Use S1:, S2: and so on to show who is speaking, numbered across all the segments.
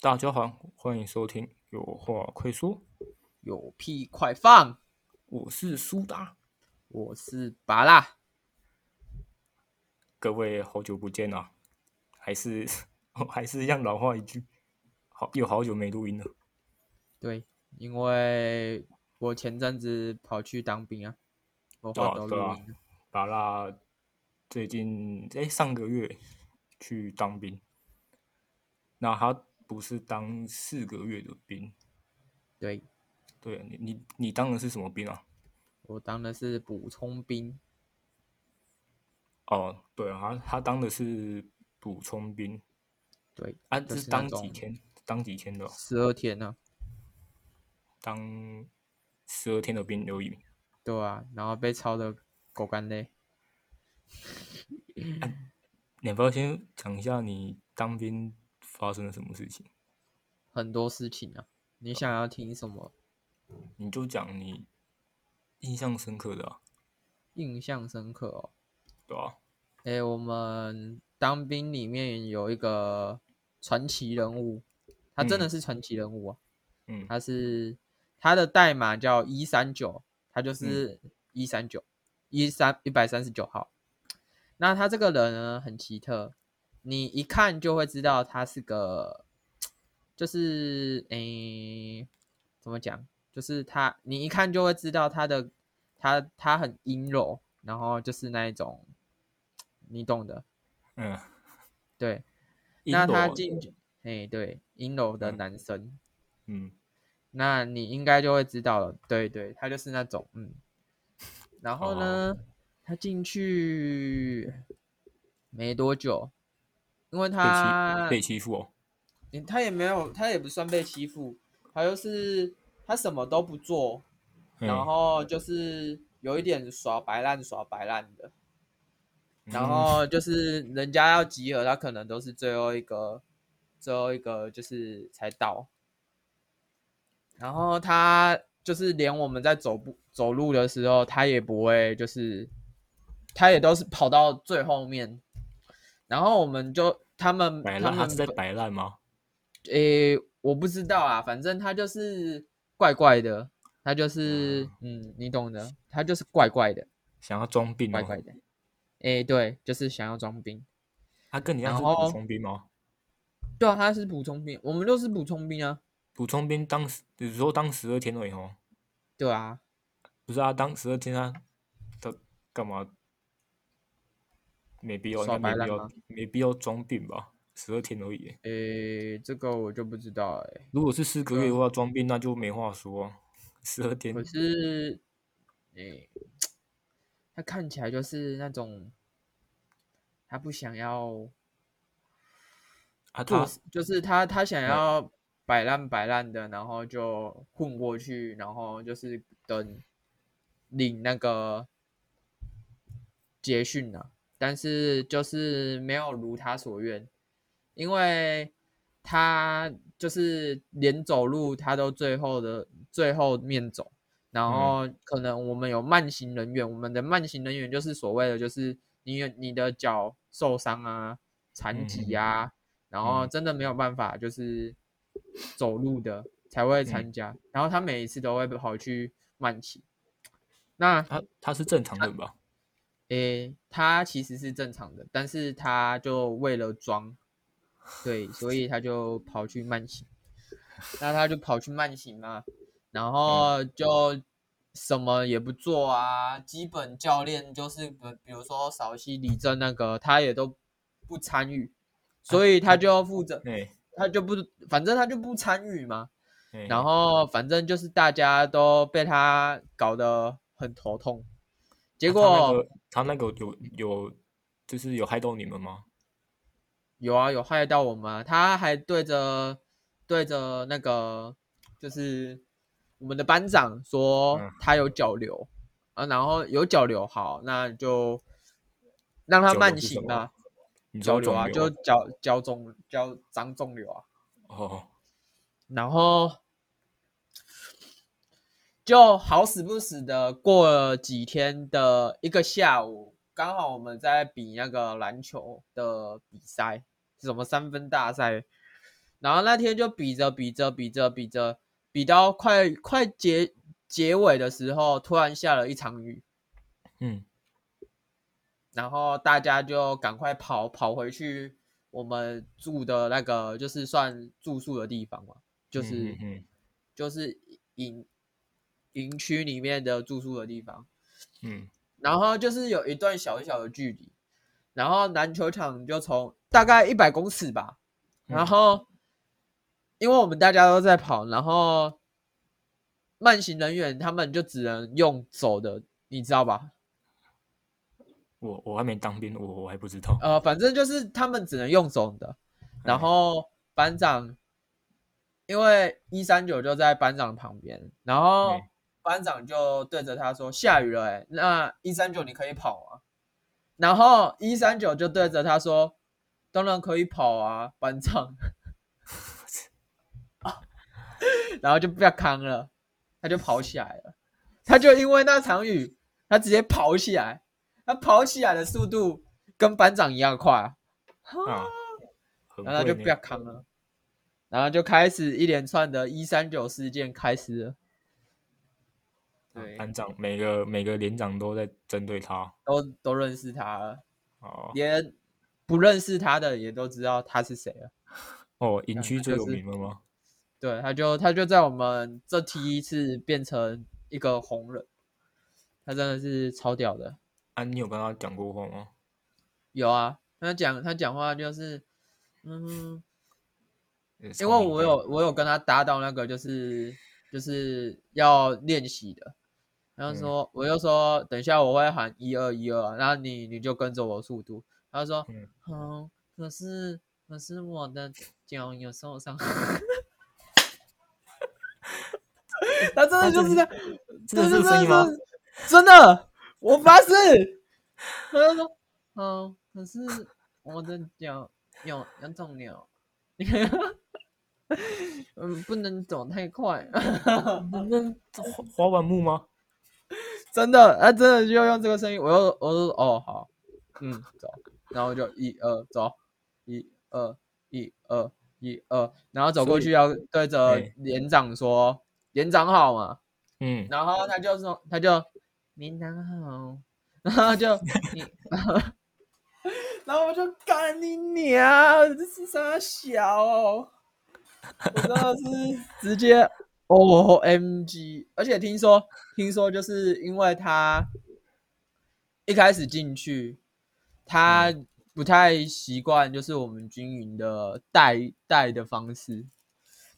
S1: 大家好，欢迎收听，有话快说，
S2: 有屁快放！
S1: 我是苏达，
S2: 我是拔啦，
S1: 各位好久不见啊，还是 哦还是一样老话一句，好有好久没录音了，
S2: 对，因为我前阵子跑去当兵啊，我换到录
S1: 对啊
S2: 音了，
S1: 巴拉最近哎、上个月去当兵，那他不是当四个月的兵，
S2: 对
S1: 对啊你你你当的是什么兵啊？
S2: 我当的是补充兵，
S1: 哦，对啊，他他当的是补充兵
S2: 对，
S1: 啊，
S2: 就是那
S1: 当几
S2: 种
S1: 天？当几天的哦、
S2: 十二天啊呢、
S1: 当十二天的兵而已。
S2: 对啊，然后被操的狗干累，
S1: 你要不要先讲一下你当兵发生了什么事情？
S2: 很多事情啊，你想要听什么
S1: 你就讲你印象深刻的、啊，
S2: 印象深刻哦？
S1: 对吧、
S2: 诶、我们当兵里面有一个传奇人物，他真的
S1: 嗯
S2: 是传奇人物啊。
S1: 嗯，
S2: 它是它的代码叫一三九，它
S1: 嗯
S2: 就是一三九一三一百三十九号。那他这个人呢很奇特，你一看就会知道他是个，就是诶、怎么讲？就是他你一看就会知道他的他他很阴柔，然后就是那一种，你懂的，
S1: 嗯，
S2: 对。
S1: 阴
S2: 那
S1: 柔
S2: 他
S1: 啊
S2: 进去，诶、对，阴柔的
S1: 嗯
S2: 男生。
S1: 嗯，
S2: 那你应该就会知道了。对对，他就是那种嗯。然后呢，
S1: 哦
S2: 他进去没多久，因为
S1: 被欺、
S2: 他
S1: 被欺负哦，
S2: 嗯他也没有，他也不算被欺负，他就是他什么都不做，然
S1: 嗯
S2: 后就是有一点耍白烂耍白烂的。然
S1: 嗯
S2: 后就是人家要集合，他可能都是最后一个，最后一个就是才到。然后他就是连我们在走步走路的时候，他也不会，就是他也都是跑到最后面。然后我们就他们
S1: 摆
S2: 他
S1: 烂，他
S2: 们
S1: 是在摆烂吗？
S2: 诶、我不知道啊，反正他就是怪怪的，他就是嗯，你懂的，他就是怪怪的，
S1: 想要装病
S2: 怪
S1: 哦，
S2: 怪的。诶、对，就是想要装兵。
S1: 他跟你一样是
S2: 然后
S1: 补充兵吗？
S2: 对啊，他是补充兵，我们都是补充兵啊。
S1: 补充兵当时只说当十二天而已哦，
S2: 对啊，
S1: 不是啊，当十二天啊，他干嘛？没必要，应
S2: 耍
S1: 该没
S2: 白
S1: 必
S2: 烂
S1: 要
S2: 吗，
S1: 没必要装病吧？十二天而已耶。
S2: 诶、这个我就不知道诶、
S1: 如果是四个月
S2: 对啊
S1: 的话，装病那就没话说、啊，十二天
S2: 可是，诶、他看起来就是那种，他不想要
S1: 啊，
S2: 做
S1: 他
S2: 事，就是他他想
S1: 嗯
S2: 要摆烂摆烂的，然后就混过去，然后就是等领那个捷讯啊，但是就是没有如他所愿，因为他就是连走路他都最后的最后面走，
S1: 嗯
S2: 然后可能我们有慢行人员，我们的慢行人员就是所谓的就是你有你的脚受伤啊、残疾啊，然后
S1: 嗯
S2: 真的没有办法就是走路的才会参加，然后他每一次都会跑去慢骑。那
S1: 他他是正常人吧？
S2: 诶，他其实是正常的，但是他就为了装，对，所以他就跑去慢行。那他就跑去慢行嘛，然后就什么也不做啊。基本教练就是比比如说扫西里正那个，他也都不参与，所以他就负责，
S1: 哎、
S2: 他就不，反正他就不参与嘛。
S1: 哎
S2: 然后反正就是大家都被他搞得很头痛，结果、
S1: 他那个、他那个有有就是有害到你们吗？
S2: 有啊，有害到我们啊！他还对着对着那个就是我们的班长说
S1: 嗯
S2: 他有脚流、啊，然后有脚流，好，那就让他
S1: 脚
S2: 慢
S1: 流是什
S2: 行
S1: 么
S2: 吧。
S1: 你
S2: 脚
S1: 说哦
S2: 流啊，
S1: 肿
S2: 就
S1: 瘤
S2: 脚脚肿脚长肿瘤啊，
S1: 哦，
S2: 然后就好死不死的过了几天的一个下午，刚好我们在比那个篮球的比赛，什么三分大赛，然后那天就比着比着比着比着，比到快快结结尾的时候，突然下了一场雨，
S1: 嗯，
S2: 然后大家就赶快跑跑回去我们住的那个，就是算住宿的地方嘛，就是、
S1: 嗯嗯
S2: 就是营营区里面的住宿的地方。
S1: 嗯
S2: 然后就是有一段小小的距离，然后篮球场就从大概一百公尺吧，
S1: 嗯
S2: 然后因为我们大家都在跑，然后慢行人员他们就只能用走的，你知道吧？
S1: 我我还没当兵，我我还不知道。
S2: 呃，反正就是他们只能用走的。
S1: 哎
S2: 然后班长，因为一三九就在班长旁边，然后
S1: 嗯
S2: 班长就对着他说：“下雨了、欸，那一三九你可以跑啊。”然后一三九就对着他说：“当然可以跑啊，班长。啊”然后就不要扛了，他就跑起来了。他就因为那场雨，他直接跑起来，他跑起来的速度跟班长一样快啊。
S1: 啊，很
S2: 然后
S1: 会
S2: 就
S1: 呢
S2: 不要扛了，然后就开始一连串的一三九事件开始了。对，
S1: 班长，每个每个连长都在针对他。
S2: 都都认识他了，
S1: 哦
S2: 连不认识他的也都知道他是谁了。
S1: 哦，营
S2: 那
S1: 区
S2: 那
S1: 最
S2: 就
S1: 有
S2: 是
S1: 名了吗？
S2: 对，他就他就在我们这梯一次变成一个红人，他真的是超屌的。
S1: 啊，你有跟他讲过话吗？
S2: 有啊，他讲他讲话就是，嗯，
S1: 也是
S2: 因为
S1: 聪明
S2: 我
S1: 的
S2: 有啊我有跟他搭到那个就是就是要练习的，然后说、我就说等一下我会喊一二一二，然后你你就跟着我速度。他说
S1: 嗯
S2: 嗯，可是可是我的脚有受伤。他真的就是这样，
S1: 真的是声音吗？
S2: 真的，我发誓。 他就说嗯，可是我的脚有有肿瘤。 嗯，不能走太快，
S1: 那那这滑滑板木吗？
S2: 真的，啊，真的就用这个声音，我又我就说哦好，嗯走，然后就一二走，一二一二一二，然后走过
S1: 所以
S2: 去要对着
S1: 哎
S2: 连长说连长好嘛，
S1: 嗯，
S2: 然后他就说他就连长好，然 后就你，然后我就干你娘，这是啥小哦，我真的是 直接哦 O M G，而且听说听说就是因为他一开始进去，他
S1: 嗯
S2: 不太习惯就是我们军营的带带的方式，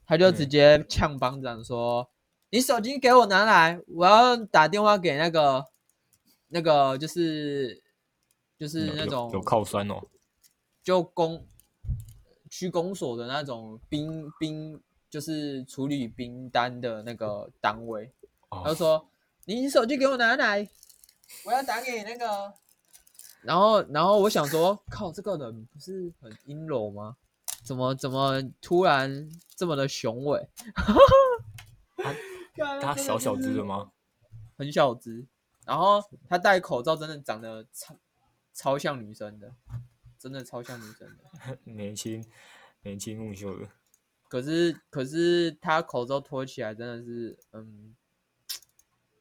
S2: 他就直
S1: 嗯
S2: 接呛班长说：“你手机给我拿来，我要打电话给那个那个就是就是
S1: 有
S2: 那
S1: 有
S2: 种
S1: 有靠山哦。
S2: 就公区公所的那种兵兵，就是处理兵单的那个单位，他就
S1: 哦，
S2: 说：“你手机给我拿来，我要打给那个。”然后，然后我想说，靠，这个人不是很阴柔吗？怎么怎么突然这么的雄伟？干
S1: 他
S2: 真的
S1: 小小
S2: 就
S1: 只
S2: 是
S1: 的吗？
S2: 很小只，然后她戴口罩，真的长得超超像女生的，真的超像女生的。
S1: 嗯年轻年轻木秀的，
S2: 可是可是她口罩脱起来真的是，嗯，
S1: 不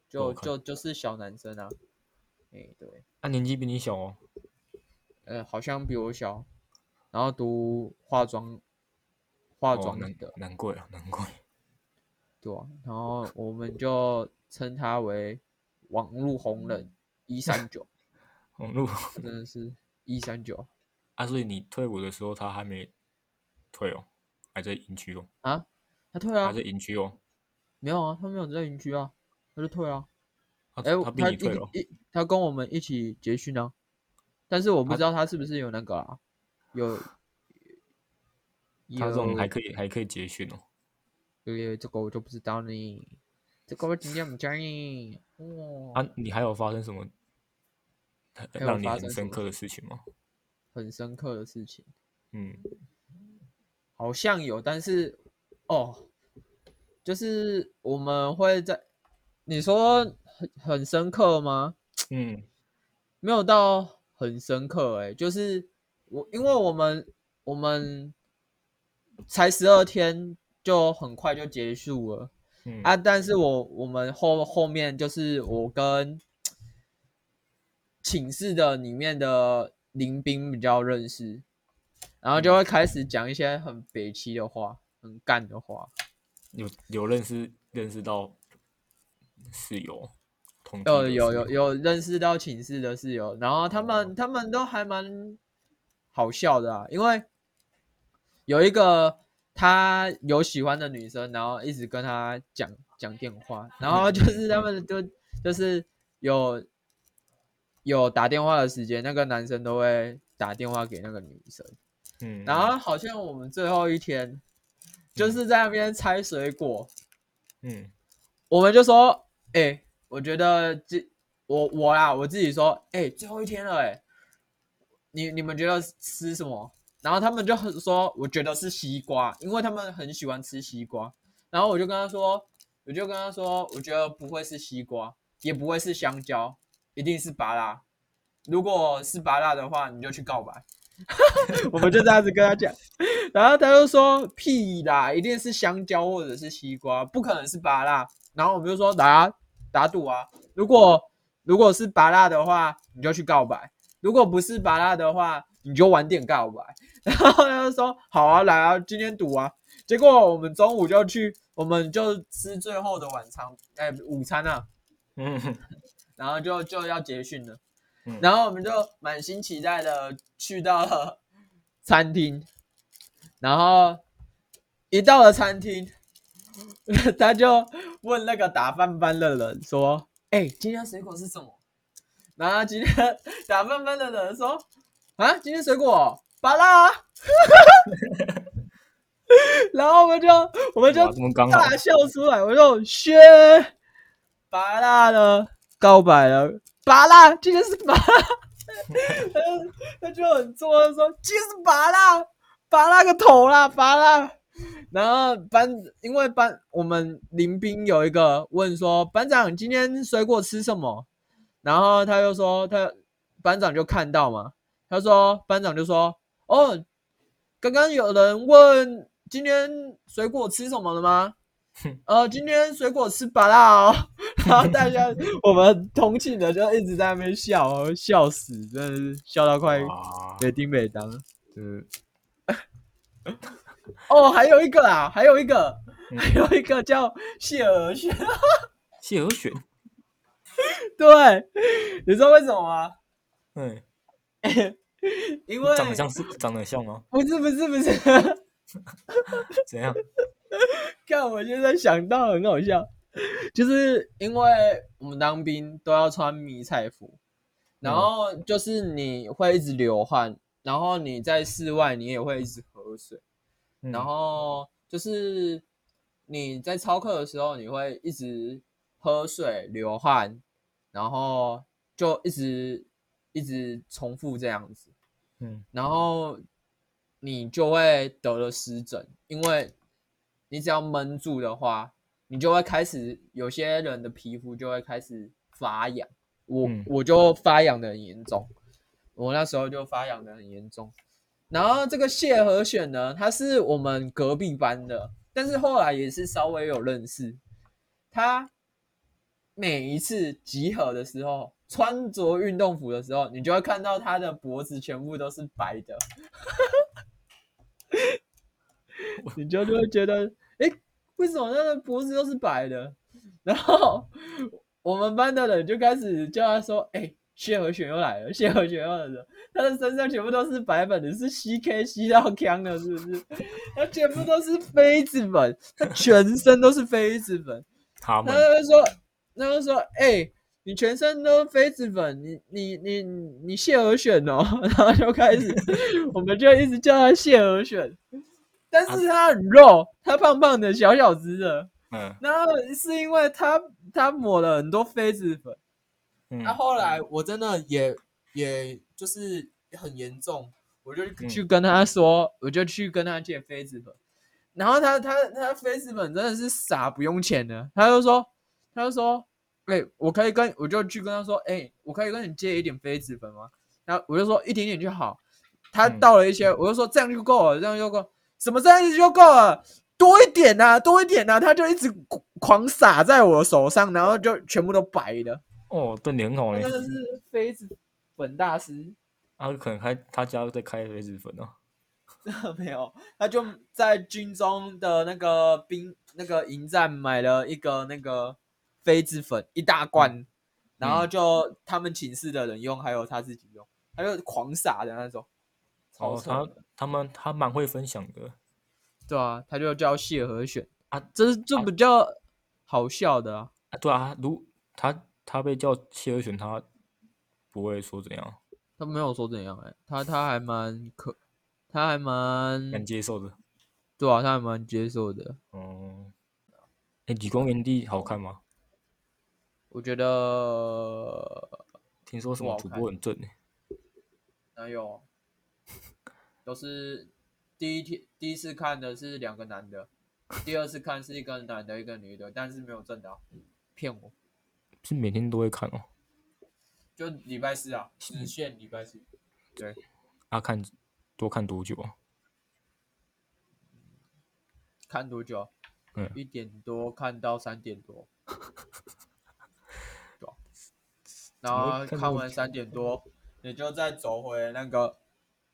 S2: 就
S1: 好看
S2: 就就是小男生啊，哎、对，
S1: 他啊年纪比你小哦。
S2: 呃，好像比我小，然后读化妆化
S1: 哦，
S2: 妆
S1: 难
S2: 的，
S1: 难怪啊，难怪。
S2: 对啊、然后我们就称她为网络红人一三九，
S1: 网络
S2: 真的是一三九。
S1: 啊，所以你退伍的时候他还没退哦，还在营区哦，
S2: 啊，他退了、
S1: 还
S2: 啊
S1: 在，营区哦。
S2: 没有啊，他没有在营区啊，他就退了、啊。
S1: 他
S2: 哎、
S1: 他比
S2: 他
S1: 你
S2: 一
S1: 退了哦
S2: 一他跟我们一起结训啊，但是我不
S1: 他
S2: 知道他是不是有那个啊，有
S1: 他这种
S2: 有
S1: 还可以还可以结训哦。
S2: 有有这个我就不知道呢，这个我真的不知道呢。哦，
S1: 啊，你还有发生什么很
S2: 还有
S1: 让你
S2: 发
S1: 很
S2: 生什
S1: 深
S2: 么
S1: 刻的事情吗？
S2: 很深刻的事情，
S1: 嗯，
S2: 好像有，但是哦，就是我们会在你说很很深刻吗？
S1: 嗯，
S2: 没有到欸很深刻哎、就是我因为我们我们才十二天就很快就结束了。
S1: 嗯
S2: 啊，但是我我们后后面就是我跟寝室的里面的林兵比较认识，然后就会开始讲一些很北气的话，很干的话。
S1: 有有认识认识到室友，同梯
S2: 有
S1: 的
S2: 有
S1: 室
S2: 有
S1: 友，
S2: 有认识到寝室的室友，然后他们他们都还蛮好笑的啊，因为有一个他有喜欢的女生，然后一直跟他讲讲电话，然后就是他们就就是有有打电话的时间，那个男生都会打电话给那个女生，
S1: 嗯，
S2: 然后好像我们最后一天就是在那边拆水果，
S1: 嗯
S2: 我们就说，哎、我觉得这我我啦，我自己说，哎、最后一天了、哎，你你们觉得吃什么？然后他们就很说，我觉得是西瓜，因为他们很喜欢吃西瓜。然后我就跟他说，我就跟他说，我觉得不会是西瓜，也不会是香蕉，一定是芭拉。如果是芭拉的话，你就去告白。 我们就这样子跟他讲，然后他就说屁啦，一定是香蕉或者是西瓜，不可能是芭拉。然后我们就说打打赌啊，如果如果是芭拉的话，你就去告白；如果不是芭拉的话，你就晚点告白。 然后他就说好啊，来啊，今天赌啊。结果我们中午就去，我们就吃最后的晚餐，哎，午餐啊，
S1: 嗯
S2: 然后就就要结训了，
S1: 嗯
S2: 然后我们就满心期待的去到了餐厅，然后一到了餐厅， 他就问那个打饭班的人说：“哎、今天水果是什么？”然后今天打饭班的人说：“啊，今天水果芭拉 啊。”然后我们就我们就
S1: 哇这么刚好，
S2: 大笑出来，我就薛拔蜡呢告白了，拔蜡今天是拔蜡，他就很作的说今天是拔蜡，拔蜡个头啦，拔蜡。然后班因为班我们林斌有一个问说班长今天水果吃什么，然后他就说他班长就看到嘛，他说班长就说哦，刚刚有人问今天水果吃什么了吗？呃，今天水果吃芭拉哦， 然后大家我们同寝的就一直在那边笑哦，笑死，真的是笑到快
S1: 哇，
S2: 北丁北当。
S1: 就是
S2: 哦，还有一个啊，还有一个，
S1: 嗯
S2: 还有一个叫谢尔轩，
S1: 谢和弦，
S2: 对，你知道为什么吗？
S1: 嗯，
S2: 因为
S1: 长得像是长得像 吗？
S2: 不是不是不是，
S1: 怎样？
S2: 看我现在想到很好笑，就是因为我们当兵都要穿迷彩服，然
S1: 嗯
S2: 后就是你会一直流汗，然后你在室外你也会一直喝水，
S1: 嗯
S2: 然后就是你在操课的时候，你会一直喝水、流汗，然后就一直一直重复这样子，
S1: 嗯
S2: 然后你就会得了湿疹，因为你只要闷住的话，你就会开始有些人的皮肤就会开始发痒，我、
S1: 嗯
S2: 我就发痒的很严重，我那时候就发痒的很严重。然后这个谢和选呢，他是我们隔壁班的，但是后来也是稍微有认识。他每一次集合的时候，穿着运动服的时候，你就会看到他的脖子全部都是白的，你就就会觉得，哎、为什么他的脖子都是白的？然后我们班的人就开始叫他说，哎、谢和弦又来了，谢和弦又来了，他的身上全部都是白粉，你是吸 K 吸到呛了是不是？他全部都是痱子粉，他全身都是痱子粉，
S1: 他们
S2: 他就说，他就说，哎、你全身都痱子粉，你你你你谢和选哦， 然后就开始， 我们就一直叫他谢和选，但是他很肉，他胖胖的，小小只的，
S1: 嗯
S2: 然后是因为他他抹了很多痱子粉，
S1: 嗯
S2: 那、后来我真的也也就是很严重，我就
S1: 嗯
S2: 去跟他说，我就去跟他借痱子粉，然后他他他痱子粉真的是傻不用钱的，他就说他就说，哎、我可以跟我就去跟他说，哎、我可以跟你借一点痱子粉吗？然后我就说一点点就好，他
S1: 嗯
S2: 倒了一些，我就说这样就够了，这样就够。什么三十就够了，多一点呐、多一点呐、他就一直狂撒在我手上，然后就全部都白的，
S1: 哦，对你很好
S2: 真
S1: 呢。
S2: 的是妃子本大师。
S1: 他可能开他家在开黑子粉啊。
S2: 没有，他就在军中的那个兵那个营站买了一个那个痱子粉一大罐，然后就他们寝室的人用，还有他自己用，他就狂撒的那种，超
S1: 哦，
S2: 丑
S1: 他
S2: 的。
S1: 他们他蛮会分享的。
S2: 对啊，他就叫谢和选
S1: 啊，
S2: 这是这比较好笑的啊。
S1: 啊对啊，如他他被叫谢尔选，他不会说怎样，
S2: 他没有说怎样哎、他他还蛮可，他还
S1: 能
S2: 蛮
S1: 接受的。
S2: 对啊，他还蛮接受的。
S1: 哦，哎，理工园地好看吗？
S2: 我觉得
S1: 听说什
S2: 不
S1: 么
S2: 好
S1: 主
S2: 看
S1: 播很正呢、欸
S2: 哪有？都是第一天第一次看的是两个男的，第二次看是一个男的，一个女的，但是没有正的啊、骗我。
S1: 是每天都会看哦。
S2: 就礼拜四啊，只限礼拜四。对，
S1: 啊，看多看多久啊？
S2: 看多久？
S1: 嗯
S2: 一点多看到三 点多。对啊然
S1: 么会啊
S2: 后
S1: 看
S2: 看
S1: 多
S2: 完三点多，你就再走回那个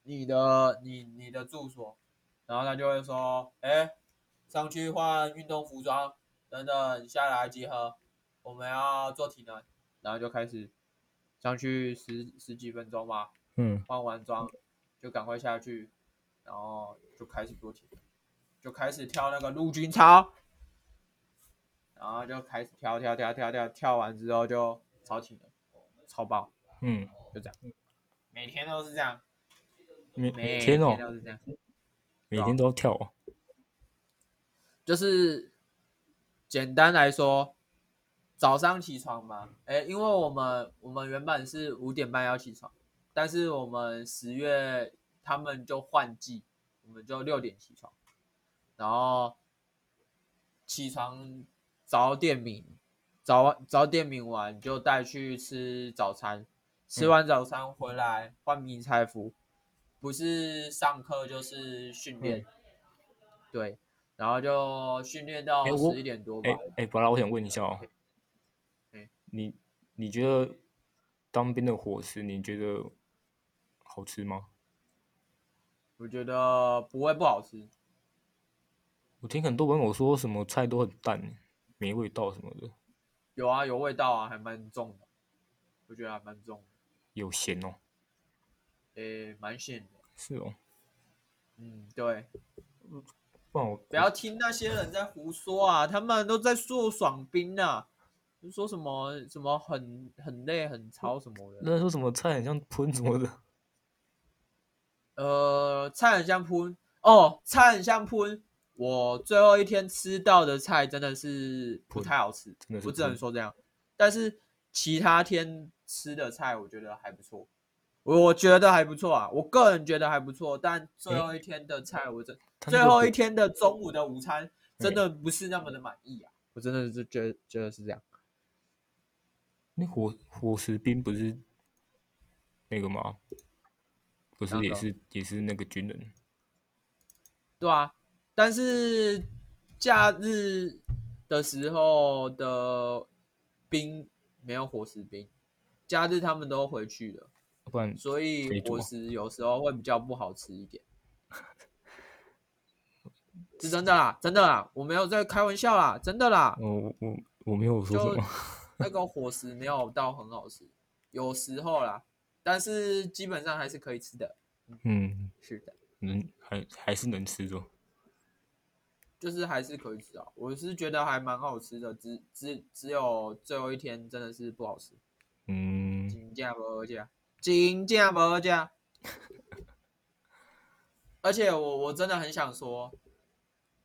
S2: 你的你你的住所，然后他就会说，哎，上去换运动服装，等等下来集合，我们要做体能，然后就开始上去十十几分钟吧，
S1: 嗯，
S2: 换完妆就赶快下去，然后就开始做题，就开始跳那个陆军操，然后就开始跳跳跳跳跳，跳完之后就超体能，超爆，
S1: 嗯，
S2: 就这样，每天都是这样，
S1: 每每
S2: 每
S1: 天哦，
S2: 都是这样，
S1: 每天都要跳哦。
S2: 就是简单来说。早上起床嘛，哎，因为我们我们原本是五点半要起床，但是我们十月他们就换季，我们就六点起床，然后起床早点名，早早点名完就带去吃早餐，吃完早餐回来换迷彩服，不是上课就是训练，对，然后就训练到
S1: 哎我
S2: 十一点多吧。
S1: 哎哎，巴拉，我想问一下哦
S2: 嗯，
S1: 你你觉得当兵的伙食你觉得好吃吗？
S2: 我觉得不会不好吃，
S1: 我听很多朋友说什么菜都很淡，欸没味道什么的，
S2: 有啊，有味道啊，还蛮重的，我觉得还蛮重的，
S1: 有咸哦。
S2: 诶，蛮咸的。
S1: 是哦，
S2: 嗯，对，
S1: 不然我
S2: 不要听那些人在胡说啊，他们都在做爽兵啊，就说什么什么很很累很吵什么的。
S1: 那说什么菜很像 喷什么的，
S2: 呃，菜很像喷哦，菜很像喷。我最后一天吃到的菜真的是不太好吃
S1: 真的，是
S2: 我只能
S1: 喷
S2: 说这样。但是其他天吃的菜，我觉得还不错，我我觉得还不错啊，我个人觉得还不错。但最
S1: 诶
S2: 后一天的菜，我真
S1: 它那
S2: 最
S1: 个
S2: 后
S1: 火
S2: 一天的中午的午餐真
S1: 嗯
S2: 的不是那么的满意啊，我真的是觉得觉得是这样。
S1: 那伙伙食兵不是那个吗？不是
S2: 哪
S1: 也
S2: 个
S1: 是也是那个军人？
S2: 对啊，但是假日的时候的兵没有伙食兵，假日他们都回去了，
S1: 不然
S2: 所以
S1: 谁煮啊
S2: 伙食有时候会比较不好吃一 点。是真的啦，真的啦，我没有在开玩笑啦，真的啦，
S1: 我我哦我我没有说
S2: 就
S1: 什么，
S2: 那个伙食没有到很好吃，有时候啦，但是基本上还是可以吃的。
S1: 嗯，
S2: 是的，
S1: 能还还是能吃的。
S2: 就是还是可以吃啊，我是觉得还蛮好吃的，只只只有最后一天真的是不好吃，
S1: 嗯，
S2: 金价不二价，金价不二价。而且我我真的很想说，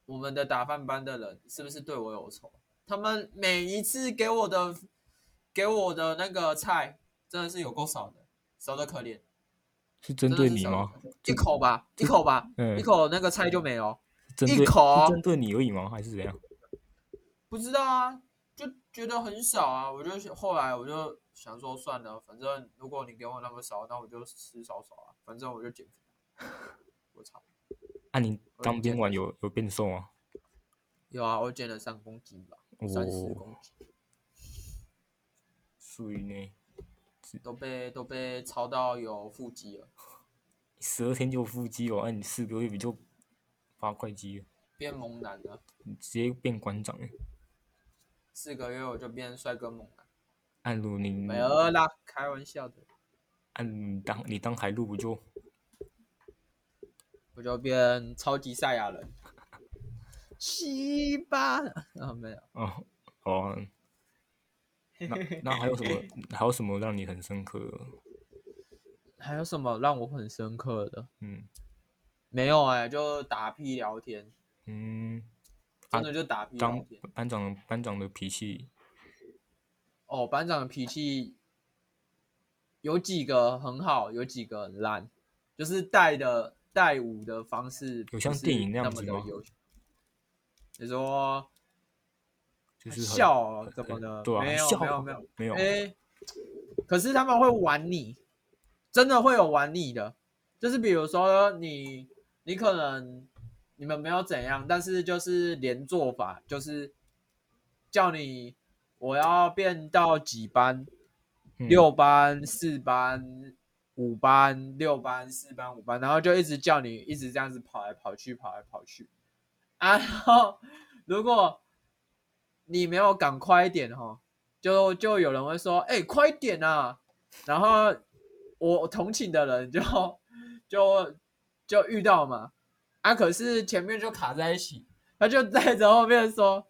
S2: 我们的打饭班的人是不是对我有仇？他们每一次给我的给我的那个菜真的是有够少的，少的可怜，
S1: 是针
S2: 真
S1: 对
S2: 的是
S1: 你
S2: 少得
S1: 吗
S2: 可？怜？一口吧，一口吧，
S1: 嗯
S2: 一，口那个菜就没了。
S1: 针
S2: 一
S1: 对
S2: 口哦
S1: 是针对你而已吗？还是怎样？
S2: 不知道啊，就觉得很少啊。我就想后来我就想说，算了，反正如果你给我那啊么少，那我就吃少少啊，反正我就减肥。我操，
S1: 啊，你当兵完有有变瘦吗？
S2: 有啊，我减了三公斤吧，三四
S1: 哦
S2: 公斤，
S1: 属于呢，
S2: 都被都被操到有腹肌了，
S1: 十二天就有腹肌哦，那、你四个月你就八块肌了，
S2: 变猛男了。
S1: 你直接变馆长了。欸
S2: 四个月我就变帅哥猛男，
S1: 按如你，
S2: 没有啦，开玩笑的，
S1: 按如你当你当海陆不就
S2: 我就变超级赛亚人，西巴啊没有，
S1: 哦哦，那那还有什么还有什么让你很深刻的？
S2: 还有什么让我很深刻的？
S1: 嗯
S2: 没有哎、就打屁聊天，
S1: 嗯，
S2: 真的就打屁聊
S1: 当
S2: 天。
S1: 班长班长的脾气
S2: 哦，班长的脾气有几个很好，有几个很烂，就是带的带舞的方式
S1: 有像
S2: 不是
S1: 电影那
S2: 那
S1: 样
S2: 么
S1: 子
S2: 的
S1: 吗
S2: 优秀。你说
S1: 就是很
S2: 笑哦怎么
S1: 很
S2: 的？
S1: 对啊，
S2: 没有
S1: 笑
S2: 没有没有，
S1: 没有
S2: 哎、可是他们会玩你，真的会有玩你的，就是比如说你你可能你们没有怎样，但是就是连做法，就是叫你我要变到几班，
S1: 嗯
S2: 六班、四班、五班、六班、四班、五班，然后就一直叫你一直这样子跑来跑去，跑来跑去啊。然后如果你没有赶快一点哈，就就有人会说：“哎、快一点啊！”然后我同寝的人就就就遇到嘛，啊，可是前面就卡在一起，他就带着后面说：“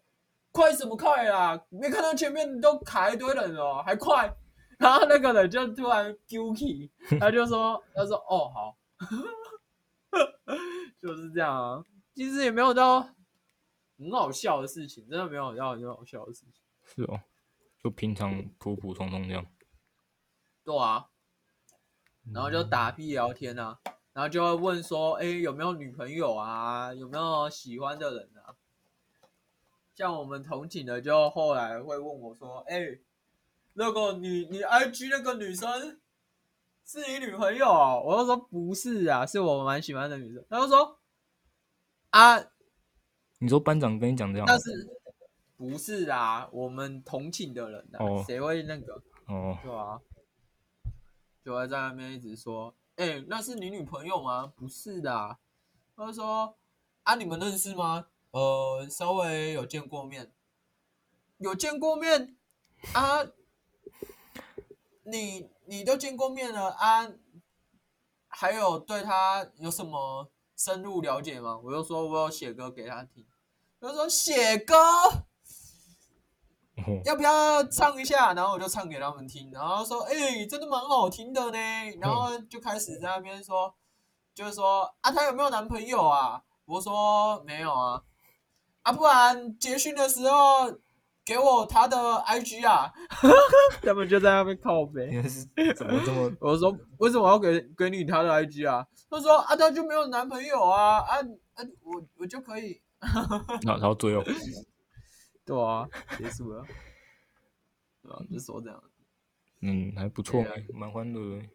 S2: 快什么快啦？没看到前面都卡一堆人了，还快！”然后那个人就突然 guilty，他就说：“他说哦好， 就是这样啊。其实也没有到很好笑的事情，真的没有到很好笑的事情。
S1: 是哦，就平常普普通通这样。
S2: 对啊，然后就打屁聊天啊，然后就会问说，哎、有没有女朋友啊？有没有喜欢的人啊？像我们同寝的，就后来会问我说，哎、那个你你 IG 那个女生是你女朋友哦、我就说不是啊，是我蛮喜欢的女生。他就说，啊，
S1: 你说班长跟你讲这样
S2: 那是不是啊？我们同寝的人
S1: 哦
S2: 啊，谁、会那个？
S1: 哦，
S2: 对啊，就会在那边一直说：“哎、那是你女朋友吗？不是的啊。”他就说：“啊，你们认识吗？呃，稍微有见过面，有见过面啊？你你都见过面了啊？还有对他有什么深入了解吗？”我就说：“我有写歌给他听。”他就说：“写歌。”
S1: 哦
S2: 要不要唱一下？然后我就唱给他们听，然后说，哎、真的蛮好听的呢。然后就开始在那边说，就是说啊，她有没有男朋友啊？我说没有啊。啊，不然结训的时候给我她的 IG 啊。 他们就在那边靠背。
S1: 你是怎么这 么
S2: 我说为什么要给给你她的 IG 啊？他说啊，她就没有男朋友啊啊啊，我我就可以。
S1: 然后然后最后
S2: 对啊，结束了。对啊，就说这样。
S1: 嗯还不错
S2: 对啊，
S1: 蛮欢乐的。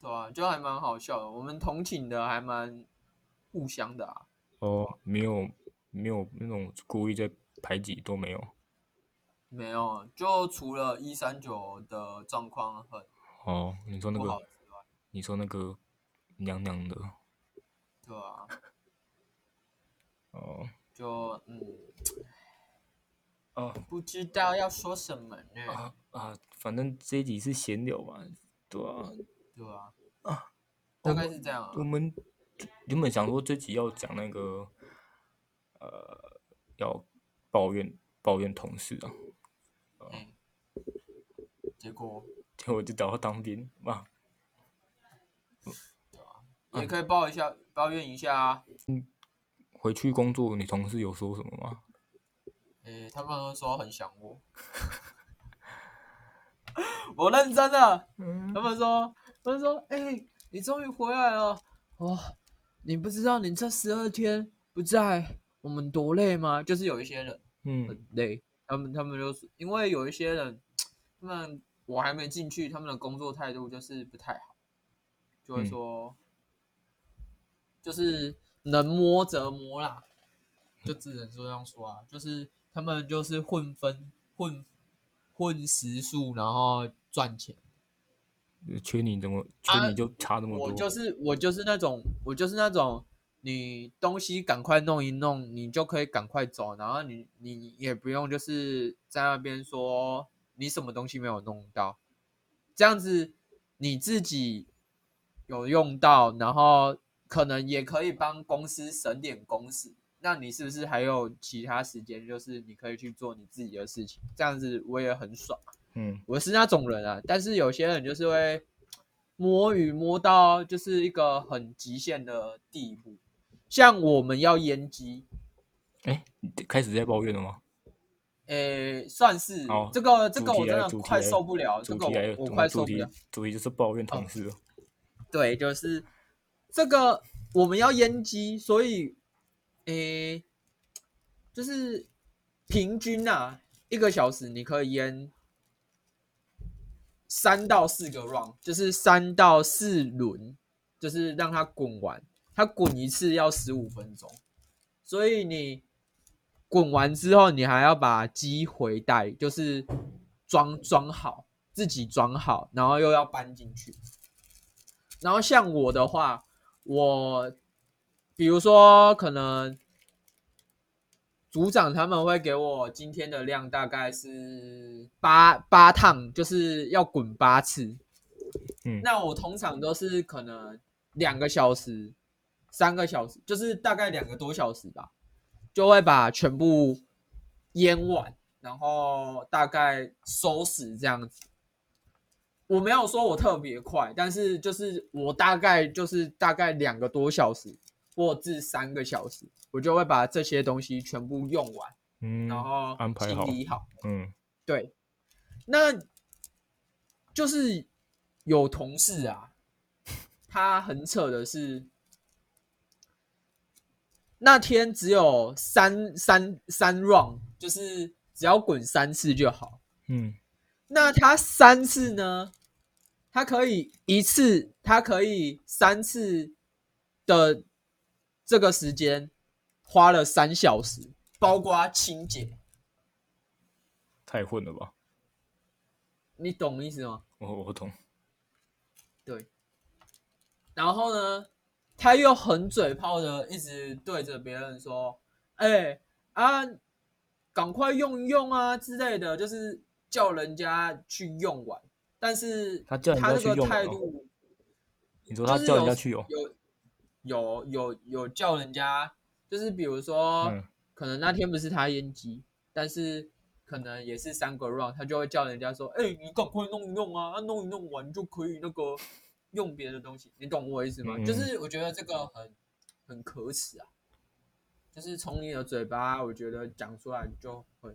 S2: 对啊，就还蛮好笑的。我们同寝的还蛮互相的啊，
S1: 哦，没有没有那种故意在排挤都没有。
S2: 没有，啊就除了一三九的状况很
S1: 哦，你说那
S2: 不好
S1: 个
S2: 之外，
S1: 你说那个娘娘的
S2: 对啊，
S1: 哦
S2: 就嗯，
S1: 哦
S2: 不知道要说什么呢，
S1: 啊啊，反正这一集是闲聊嘛，对啊，
S2: 对啊，
S1: 啊
S2: 大概是这样啊
S1: 我，们原本想说这集要讲那个，呃，要抱怨抱怨同事啊，
S2: 哎、结果
S1: 结果就找到当兵哇，嗯
S2: 也可以抱一下，抱怨一下啊，
S1: 回去工作，你同事有说什么吗？
S2: 哎、他们都说很想我， 我认真的。
S1: 嗯
S2: 他们说，他们说，哎、你终于回来了，哦，你不知道你这十二天不在，我们多累吗？就是有一些人
S1: 嗯
S2: 很累，他们他们就是因为有一些人，他们我还没进去，他们的工作态度就是不太好，就会
S1: 嗯
S2: 说，就是能摸则摸啦，就只能这样说啊，就是他们就是混分混混时数，然后赚钱。
S1: 呃缺你怎么
S2: 啊
S1: 缺你就差那么多？
S2: 我就是我就是那种我就是那种，你东西赶快弄一弄，你就可以赶快走，然后你你也不用就是在那边说你什么东西没有弄到，这样子你自己有用到，然后可能也可以帮公司省点工时。那你是不是还有其他时间，就是你可以去做你自己的事情？这样子我也很爽。
S1: 嗯，
S2: 我是那种人啊，但是有些人就是会摸鱼摸到就是一个很极限的地步，像我们要腌鸡，
S1: 哎、开始在抱怨了吗？
S2: 诶、算是、
S1: 好
S2: 这个这个
S1: 主
S2: 我
S1: 题
S2: 真
S1: 来
S2: 的
S1: 主题
S2: 快
S1: 来
S2: 受不哦了，这
S1: 主
S2: 个
S1: 题来了，
S2: 我我
S1: 我
S2: 快
S1: 们
S2: 受
S1: 主
S2: 不
S1: 题
S2: 了。哦
S1: 主题就是抱怨同事了。
S2: 对，就是这个我们要腌鸡，所以诶、就是平均啊，一个小时你可以腌三到四个 round，就是三到四轮，就是让它滚完。它滚一次要十五分钟，所以你滚完之后，你还要把鸡回袋，就是装装好，自己装好，然后又要搬进去。然后像我的话，我比如说可能组长他们会给我今天的量大概是八八趟，就是要滚八次。
S1: 嗯
S2: 那我通常都是可能两个小时、三个小时，就是大概两个多小时吧，就会把全部腌完，然后大概收拾这样子。我没有说我特别快，但是就是我大概就是大概两个多小时或至三个小时，我就会把这些东西全部用完，
S1: 嗯，
S2: 然后
S1: 安排
S2: 清
S1: 好
S2: 理好。
S1: 嗯，
S2: 对，那就是有同事啊，他很扯的是，那天只有三三三 round，就是只要滚三次就好。
S1: 嗯，
S2: 那他三次呢？他可以一次，他可以三次的这个时间花了三小时，包括清洁，
S1: 太混了吧？
S2: 你懂意思吗？
S1: 我我懂，
S2: 对。然后呢，他又很嘴炮的一直对着别人说：“哎、啊，赶快用一用啊之类的，就是叫人家去用完。”但是
S1: 他叫人家
S2: 他那
S1: 去
S2: 个
S1: 用完
S2: 态
S1: 哦
S2: 度。
S1: 你说
S2: 就
S1: 他
S2: 是
S1: 叫人
S2: 有
S1: 家去哦，
S2: 有有有有叫人家，就是比如说，
S1: 嗯
S2: 可能那天不是他烟机，但是可能也是三个 round，他就会叫人家说：“哎、你赶快弄一弄啊，啊弄一弄完就可以那个用别的东西。”你懂我意思吗？
S1: 嗯
S2: 就是我觉得这个很很可耻啊，就是从你的嘴巴，我觉得讲出来就很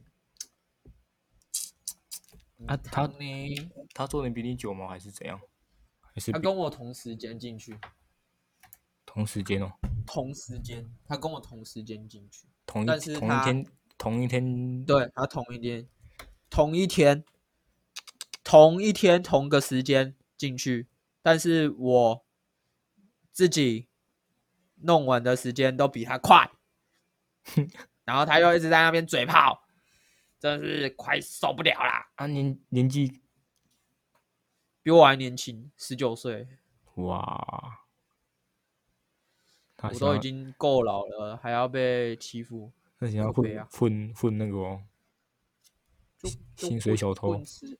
S1: 啊他
S2: 很疼你
S1: 他做的比你久吗？还是怎样？还是
S2: 他
S1: 比
S2: 跟我同时间进去，
S1: 同时间哦，
S2: 同时间，他跟我同时间进去。
S1: 同一
S2: 但是
S1: 同一
S2: 他
S1: 天同一天
S2: 对，他同一天，同一天，同一天同个时间进去，但是我自己弄完的时间都比他快， 然后他又一直在那边嘴炮，真的是快受不了啦！
S1: 啊年年纪
S2: 比我还年轻，十九岁，
S1: 哇，他
S2: 我
S1: 想
S2: 都已
S1: 要
S2: 经够老了，还要被欺负，
S1: 他想要
S2: 靠北
S1: 混
S2: 啊
S1: 混混那个哦，
S2: 就就
S1: 薪水
S2: 混
S1: 小偷
S2: 混吃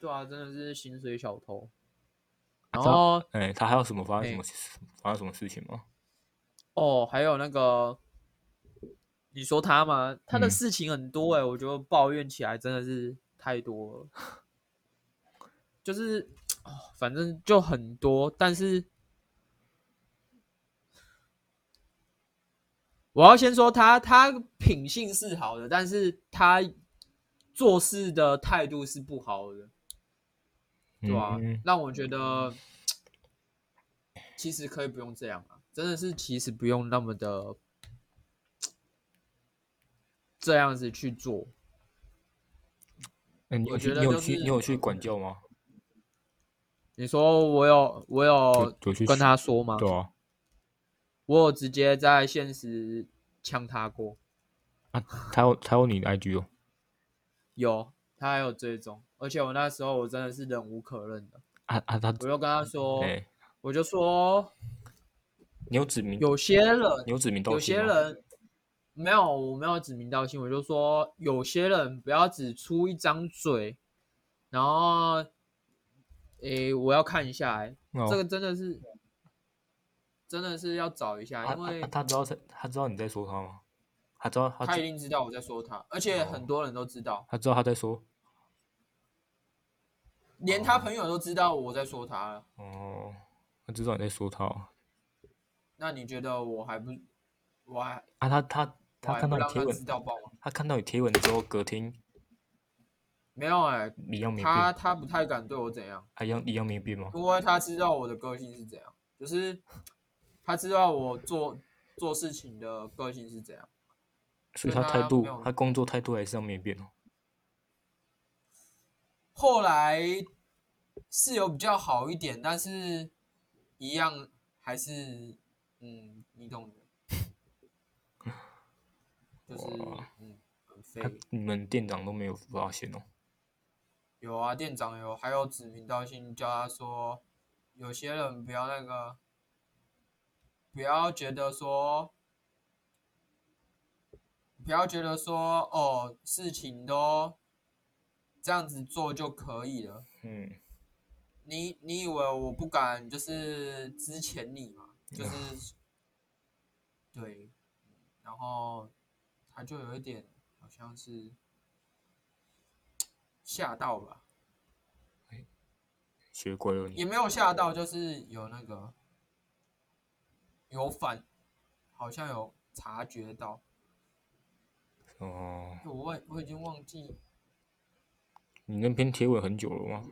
S2: 对啊，真的是薪水小偷。然
S1: 知道
S2: 后
S1: 哎，他还有什么发生什
S2: 哎
S1: 么发生什么事情吗？
S2: 哦，还有那个，你说他吗？他的
S1: 嗯
S2: 事情很多哎、我觉得抱怨起来真的是太多了，就是哦，反正就很多，但是我要先说他，他品性是好的，但是他做事的态度是不好的，对啊，
S1: 嗯
S2: 让我觉得其实可以不用这样啊，真的是其实不用那么的这样子去做。
S1: 哎，你
S2: 我
S1: 有去
S2: 觉
S1: 你
S2: 得
S1: 有
S2: 就
S1: 去
S2: 是
S1: 你有去
S2: 很
S1: 管教吗？
S2: 你说我有我有
S1: 有有去
S2: 哦跟
S1: 学啊
S2: 他说吗？
S1: 对啊，
S2: 我有直接在现实呛他过，
S1: 啊，他有他有你的 IG 哦，
S2: 有他还有追踪，而且我那时候我真的是忍无可忍的，
S1: 啊啊他，
S2: 我就跟他说，
S1: 哎、
S2: 我就说
S1: 你有指名，
S2: 有些人
S1: 你有指名道
S2: 有
S1: 姓
S2: 些
S1: 吗
S2: 人没有，我没有指名道姓，我就说有些人不要只出一张嘴，然后，诶、我要看一下、欸，
S1: 哦
S2: 这个真的是，真的是要找一
S1: 啊
S2: 下，因
S1: 啊
S2: 为
S1: 啊他知道他他知道你在说他吗？他知道他
S2: 他一
S1: 知
S2: 定知道我在说他，而且
S1: 哦
S2: 很多人都知道，
S1: 他知道他在说，
S2: 连他朋友都知道我在说他了。
S1: 哦，他知道你在说他哦、
S2: 那你觉得我还不，我还
S1: 啊，他他
S2: 我
S1: 他
S2: 还
S1: 看
S2: 不
S1: 到你
S2: 让
S1: 贴
S2: 他知
S1: 文，
S2: 道爆吗？
S1: 他看到你贴文之后，隔天
S2: 没有哎、
S1: 一样没变，
S2: 他
S1: 啊
S2: 他不太敢对我怎样。
S1: 一样一样没变吗？
S2: 因为他知道我的个性是怎样，就是他知道我做做事情的个性是怎样。
S1: 所以
S2: 所
S1: 他
S2: 以
S1: 态
S2: 他
S1: 度
S2: 啊没有，
S1: 他工作态度还是要没变哦。
S2: 后来是有比较好一点，但是一样还是嗯，你懂的，就是
S1: 哇
S2: 嗯，很
S1: 他
S2: 废。
S1: 你们店长都没有发现哦。
S2: 有啊，店长有，还有指名道姓叫他说，有些人不要那个，不要觉得说，不要觉得说哦，事情都这样子做就可以了。
S1: 嗯，
S2: 你你以为我不敢就是之前你嘛，就是对，然后他就有一点好像是吓到吧。
S1: 学乖了你
S2: 也没有吓到，就是有那个有反，好像有察觉到。
S1: 哦。
S2: 我忘我已经忘记，
S1: 你那篇贴文很久了吗？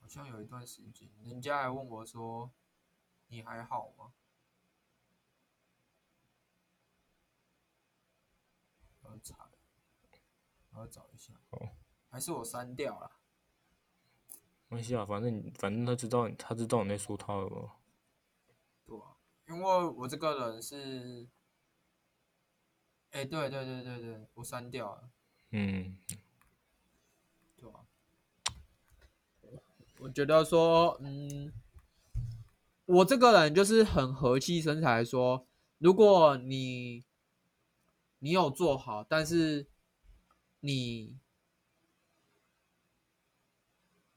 S2: 好像有一段时间，人家还问我说：“你还好吗？”我要查，我要找一下。
S1: 好
S2: 还是我删掉了。
S1: 没关系啊，反正你反正他知道他知道你在说他了哦吧？
S2: 对啊，因为我这个人是，哎、对对对对对，我删掉了。
S1: 嗯，
S2: 对啊，我觉得说，嗯，我这个人就是很和气生财说，如果你你有做好，但是你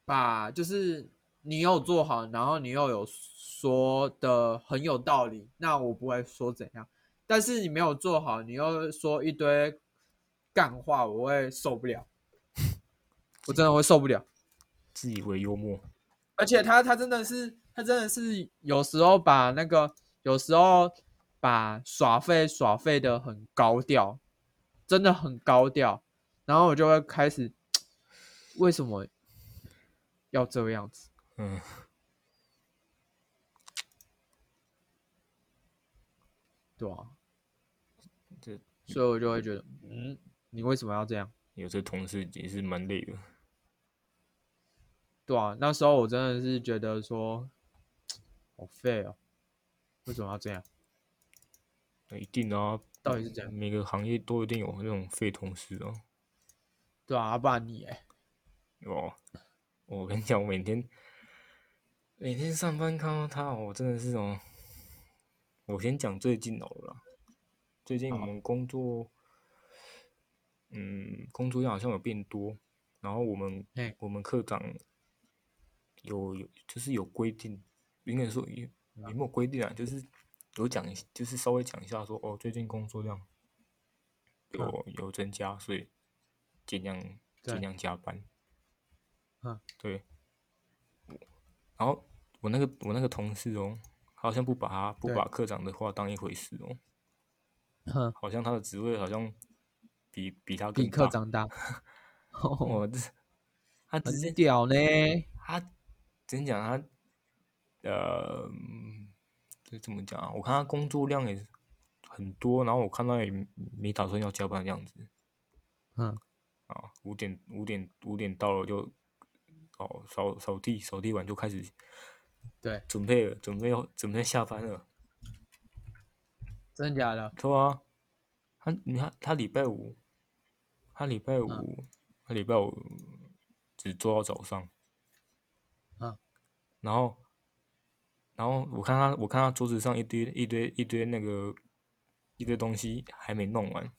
S2: 把就是你有做好，然后你又有说的很有道理，那我不会说怎样。但是你没有做好，你又说一堆干话，我会受不了。我真的会受不了。
S1: 自以为幽默，
S2: 而且他他真的是他真的是有时候把那个有时候把耍废耍废的很高调，真的很高调，然后我就会开始为什么要这样子？
S1: 嗯，
S2: 对啊，
S1: 这
S2: 所以我就会觉得，嗯，你为什么要这样？
S1: 有这同事也是蛮累的。
S2: 对啊，那时候我真的是觉得说，好废哦，为什么要这样？
S1: 那一定的啊，
S2: 到底是怎样？
S1: 每个行业都一定有那种废同事啊。
S2: 对啊，不然你哎，
S1: 哦，我跟你讲，我每天每天上班看到他，我真的是哦。我先讲最近好了啦，最近我
S2: 好
S1: 们工作，嗯，工作量好像有变多，然后我们
S2: 嘿
S1: 我们科长有有就是有规定，应该说也
S2: 嗯
S1: 也没有规定啊，就是有讲一，就是稍微讲一下说哦，最近工作量有有增加，所以尽量尽
S2: 嗯对
S1: 量加班。
S2: 嗯，
S1: 对。然后我那个我那个同事哦，好像不把他不
S2: 对
S1: 把科长的话当一回事哦，
S2: 哼，
S1: 好像他的职位好像比比他更
S2: 比科
S1: 大。
S2: 长大。
S1: 我这他直接
S2: 很屌呢，
S1: 他真讲他，呃，嗯这怎么讲啊？我看他工作量也是很多，然后我看他也没打算要加班的样子
S2: 嗯，
S1: 啊，五点五点五点到了就哦扫扫地扫地完就开始
S2: 对，
S1: 准备了，准备要准备下班了，
S2: 真的假的？
S1: 对啊，他你看他礼拜五，他礼拜五，他礼拜五只做到早上。
S2: 嗯。
S1: 然后，然后我看他，我看他桌子上一堆一堆一堆那个一堆东西还没弄完，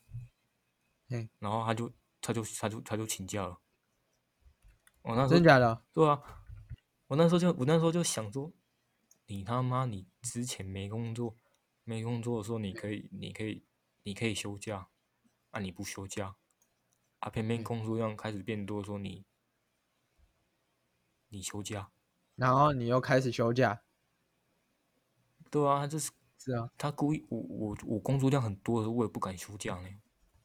S2: 嘿，
S1: 然后他就他就他就他就请假了。我那时候
S2: 真的假的？
S1: 对啊，我那时候就我那时候就想说，你他妈你之前没工作，没工作的时候你可以你可以你可以休假，啊你不休假，啊偏偏
S2: 嗯
S1: 工作量开始变多的时候你你休假，
S2: 然后你又开始休假，
S1: 对啊，他就是
S2: 是啊，
S1: 他故意我我我工作量很多的时候我也不敢休假呢，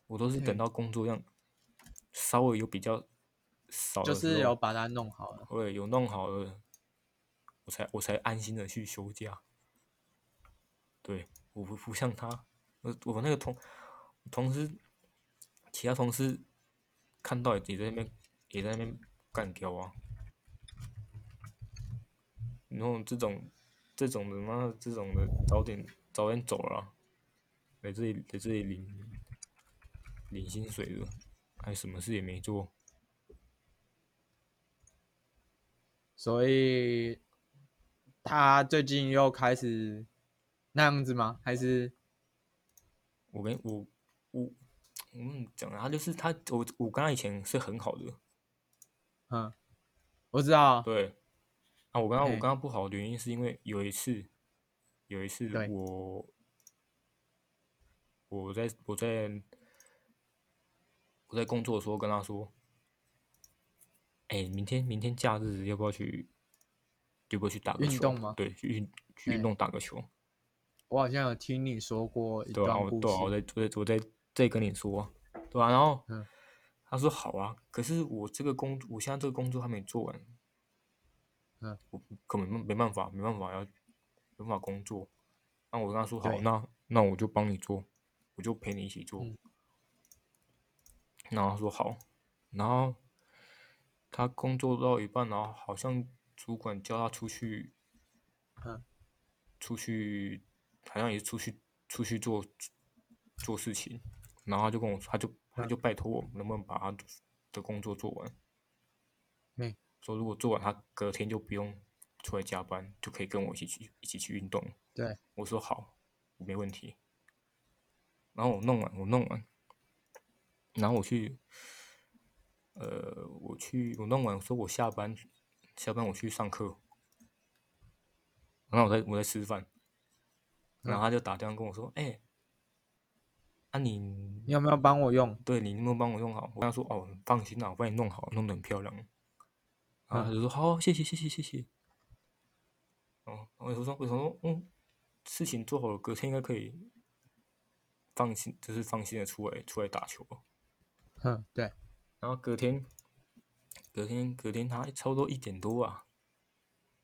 S1: 我都是等
S2: 嗯
S1: 到工作量稍微有比较少
S2: 就
S1: 的哦时
S2: 是
S1: 候
S2: 有把它弄好了。
S1: 对，有弄好了，我才我才安心的去休假。对，我不不像他，我我那个同同事，其他同事看到也也在那边也在那边干掉啊。然后这种这种的妈的这种的早点早点走了啊、来这里来这里领领薪水了，还什么事也没做。
S2: 所以他最近又开始那样子吗？还是
S1: 我跟我我嗯讲啊，他就是他，我我跟他以前是很好的，
S2: 嗯，我知道，
S1: 对。啊，我刚刚我
S2: 嘿
S1: 刚刚不好的原因是因为有一次，有一次
S2: 对
S1: 我我在我在我在工作的时候跟他说，哎、明天明天假日要不要去，要不要去打个
S2: 运
S1: 球？
S2: 动吗
S1: 对，去运去运
S2: 嘿
S1: 动打个球。
S2: 我好像有听你说过一
S1: 对啊，
S2: 段
S1: 我
S2: 故
S1: 对啊，我
S2: 事，
S1: 在我在我在在跟你说啊，对啊，然后
S2: 嗯
S1: 他说好啊，可是我这个工我现在这个工作还没做完，
S2: 嗯，
S1: 我可没没办法，没办法要没办法工作，那我跟他说好，
S2: 对
S1: 那那我就帮你做，我就陪你一起做，
S2: 嗯
S1: 然后他说好，然后他工作到一半，然后好像主管叫他出去
S2: 嗯
S1: 出去，好像也是出去出去做做事情，然后他就跟我说，他就他
S2: 嗯
S1: 就拜托我能不能把他的工作做完，
S2: 嗯，
S1: 说如果做完，他隔天就不用出来加班，就可以跟我一起去一起去运动。
S2: 对，
S1: 我说好，我没问题。然后我弄完，我弄完，然后我去，呃，我去，我弄完，我说我下班，下班我去上课，然后我在我在吃饭，然后他就打电话跟我说，哎、啊你
S2: 你有没有帮我用？
S1: 对你能不能帮我弄好？我跟他说哦，放心啦、我帮你弄好，弄得很漂亮。然后他就说好、谢谢谢谢谢谢。哦，我就说我想说嗯，事情做好了，隔天应该可以放心，就是放心的出来出来打球了。
S2: 嗯，对，
S1: 然后隔天，隔天隔天他差不多一点多啊，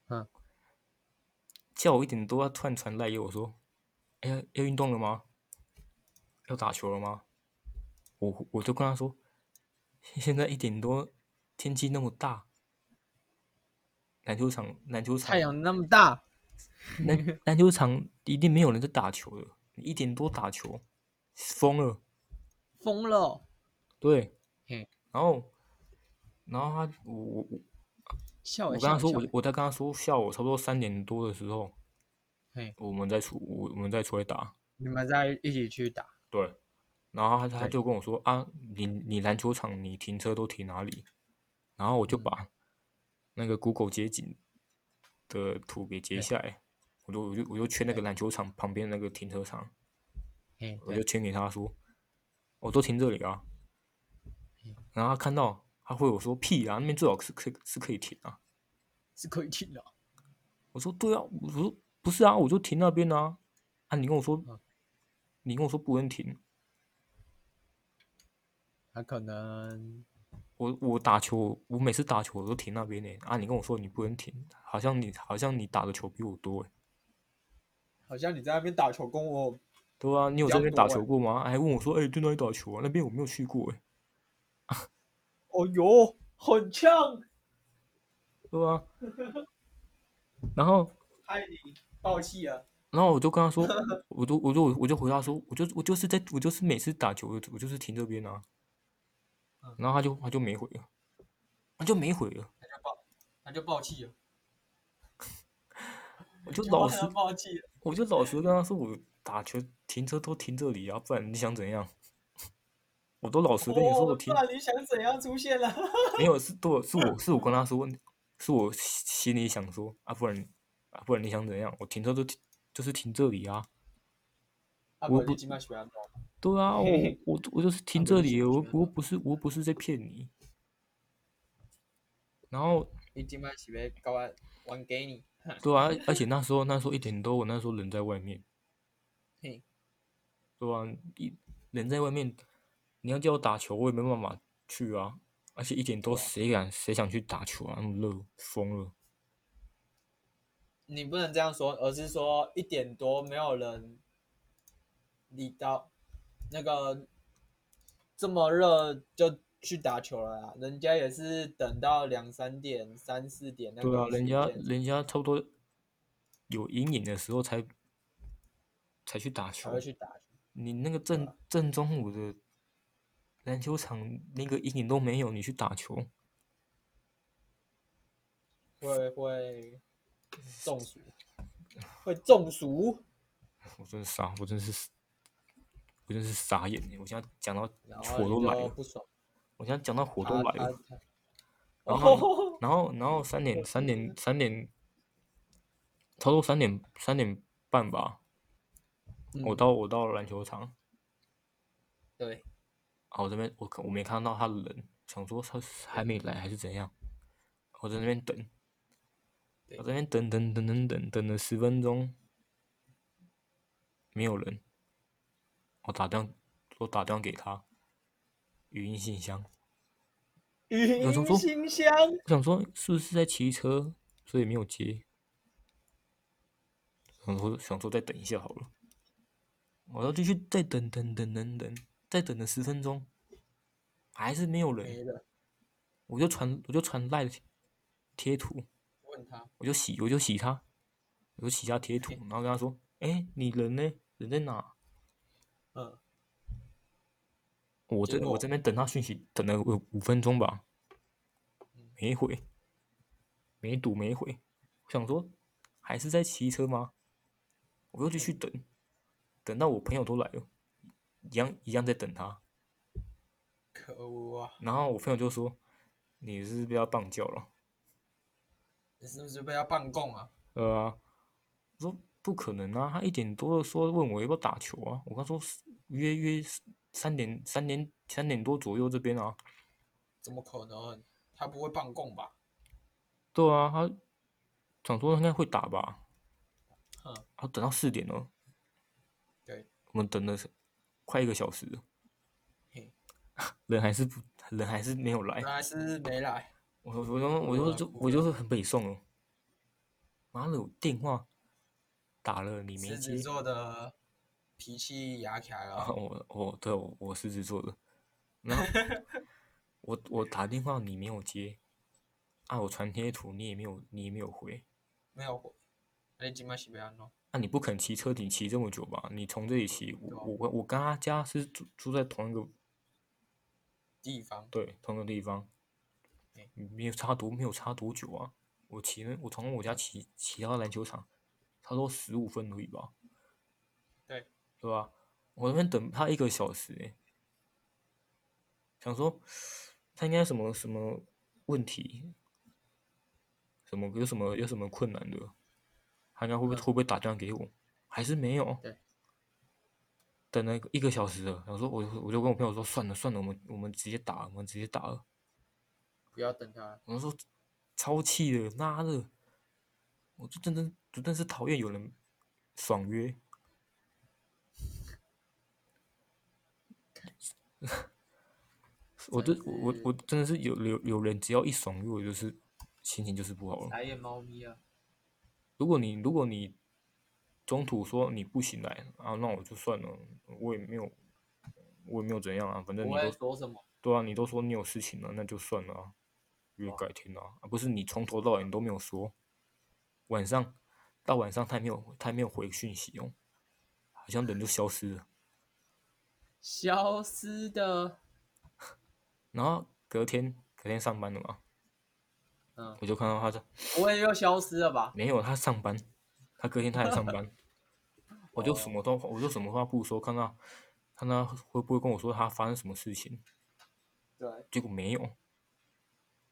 S2: 嗯，
S1: 下午一点多他突然传来给我说，哎呀要运动了吗？要打球了吗？我我就跟他说，现在一点多，天气那么大，篮球场篮球场
S2: 太阳那么大，
S1: 篮篮球场一定没有人在打球的，一点多打球，疯了。
S2: 疯了哦，
S1: 对，
S2: 嘿，
S1: 然后然后他我我我
S2: 笑
S1: 我
S2: 欸
S1: 跟他
S2: 笑
S1: 说
S2: 欸笑
S1: 我
S2: 欸，
S1: 我在跟他说下午差不多三点多的时候，
S2: 嘿，
S1: 我们再出我我们再出来打。
S2: 你们再一起去打，
S1: 对，然后他他
S2: 对
S1: 就跟我说啊，你你篮球场你停车都停哪里？然后我就
S2: 嗯
S1: 把那个 Google 街景的图给截
S2: 对
S1: 下来，我就我就我就圈那个
S2: 对
S1: 篮球场旁边那个停车场，
S2: 嘿，
S1: 我就
S2: 对，
S1: 圈给他说，我都停这里啊
S2: 嗯。
S1: 然后他看到他回我说屁啊，那边最好是可以是可以停啊。
S2: 是可以听的哦，
S1: 我说对啊，我说不是啊，我就停那边啊。啊，你跟我说
S2: 嗯，
S1: 你跟我说不能停，
S2: 他可能
S1: 我我打球，我每次打球我都停那边呢、啊，你跟我说你不能停，好像你好像你打的球比我多、欸。
S2: 好像你在那边打球跟我
S1: 对啊，你有
S2: 比
S1: 在
S2: 较
S1: 那边打
S2: 多欸
S1: 球过吗？还问我说，哎、去哪里打球啊？那边我没有去过、欸，
S2: 哦哟，很呛，
S1: 对啊。然后
S2: 害你爆气了。啊
S1: 然后我就跟他说，我就我就我就回他说，我就我就是在我就是每次打球我就我就是停这边啊，然后他就他就没回了，他就没回了，
S2: 他就爆，他就爆气了，
S1: 我就
S2: 结果
S1: 老
S2: 他
S1: 实
S2: 爆气了，
S1: 我就老实跟他说，我打球停车都停这里啊，不然你想怎样？我都老实跟你说，我
S2: 哦，
S1: 停
S2: 不然你想怎样出现了？
S1: 没有是对，是我是我跟他说，是我心心里想说啊，不然啊，不然你想怎样？我停车都停，就是停这里啊，
S2: 啊，
S1: 我
S2: 不
S1: 不
S2: 然你今晚喜欢弄，
S1: 对啊，我我我就是停这
S2: 不是
S1: 里，
S2: 想
S1: 我
S2: 怎
S1: 我又不是我又不是在骗你。然后
S2: 你今晚喜欢搞完玩给你，哼
S1: 对啊，而且那时候那时候一点多，我那时候人在外面，
S2: 嘿，
S1: 对啊，一人在外面，你要叫我打球，我也没办法去啊。而且一点
S2: 啊
S1: 多，谁敢谁想去打球啊？那么热，疯了。
S2: 你不能这样说，而是说一点多没有人理到那个这么热就去打球了啦，人家也是等到两三点、三四点那
S1: 对啊
S2: 个，
S1: 人
S2: 时
S1: 家
S2: 间
S1: 人家差不多有阴影的时候才才去打
S2: 才
S1: 球
S2: 会。啊去打球。
S1: 你那个正正中午的篮球场那个阴影都没有，你去打球，
S2: 会会中暑，会中暑。
S1: 我真的傻，我真是我真是傻眼欸我现在讲到
S2: 然
S1: 火
S2: 后
S1: 都
S2: 你
S1: 来
S2: 就
S1: 了，
S2: 不爽，
S1: 我现在讲到火都
S2: 他
S1: 来
S2: 他
S1: 了。
S2: 他，
S1: 然
S2: 后
S1: 然后然后三点三点三点，差不多三点三点半吧，
S2: 嗯
S1: 我到我到篮球场，
S2: 对，
S1: 啊，我这边我看我没看到他的人，想说他是还没来还是怎样，我在那边等，
S2: 对
S1: 我在那边等等等等等等了十分钟，没有人，我打电话我打电话给他，语音信箱，
S2: 语
S1: 有什么
S2: 音信箱
S1: 我想说是不是在骑车，所以没有接，想说想说再等一下好了，我要继续再等等等等等，再等了十分钟，还是没有人。
S2: 没了，
S1: 我就传我就传赖的贴图，
S2: 问他
S1: 我就洗我就洗他，我就洗他贴图，然后跟他说：“哎、你人呢？人在哪
S2: 嗯？”
S1: 我
S2: 结
S1: 这我
S2: 果
S1: 这边等他讯息，等了有五分钟吧，没回，没读没回。我想说，还是在骑车吗？我又继续等，等到我朋友都来了，一样一样在等他。
S2: 可恶啊！
S1: 然后我朋友就说：“你是不是被他棒叫了？”
S2: 你是不是被他办供啊？
S1: 呃、啊，我说不可能啊！他一点多的说问我要不要打球啊，我刚说是约约三点三点三点多左右这边啊。
S2: 怎么可能？他不会办供吧？
S1: 对啊，他想说应该会打吧，
S2: 嗯，
S1: 他等到四点了，
S2: 对，
S1: 我们等了快一个小时了
S2: 嘿，
S1: 人还是不人还是没有来
S2: 原。来是没来，
S1: 我我就我
S2: 啊
S1: 就就我就是很北宋了，妈的，我电话打了你没
S2: 狮
S1: 接
S2: 子，座的脾气牙起来
S1: 啊，
S2: 了，
S1: 我我对我我狮子座的，然 后我我打电话你没有接，啊，我传贴图你也没有你也没有回，
S2: 没有回。那你今晚是不要弄？
S1: 那、你不肯骑车，你骑这么久吧？你从这里骑，
S2: 对啊
S1: 我我我跟他家是住住在同一个
S2: 地方
S1: 对同一个地方嗯
S2: 对，
S1: 没有差多没有差多久啊，我骑呢我从我家骑骑到篮球场，差不多十五分而已吧，
S2: 对，
S1: 对吧、我那边等他一个小时、欸，想说他应该什么什么问题，什么有什么有什么困难的，他应该会不会、
S2: 嗯
S1: 会不会打电话给我？还是没有？
S2: 对。
S1: 等了一个小时了，然后说我就我就跟我朋友说算了算了，我们我们直接打，我们直接打了。
S2: 不要等他了，
S1: 我就说超气的，妈的！我就真真就真是讨厌有人爽约， 我
S2: 真
S1: 这我我
S2: 是
S1: 我真的是有有有人只要一爽约，我就是心情就是不好了。
S2: 来眼猫咪啊！
S1: 如果你如果你中途说你不行来啊，那我就算了，我也没有我也没有怎样啊，反正
S2: 不
S1: 你
S2: 会
S1: 都
S2: 说什么，
S1: 对啊，你都说你有事情了，那就算了啊，约改天啊，啊不是你从头到尾你都没有说，晚上到晚上他也没有他也没有回讯息哦，好像人就消失了。
S2: 消失的，
S1: 然后隔天隔天上班了嘛，
S2: 嗯，
S1: 我就看到他在
S2: 我也又消失了吧？
S1: 没有他上班，他隔天他也上班，我就什么都我就什么话不说，看他看他会不会跟我说他发生什么事情，
S2: 对，
S1: 结果没有。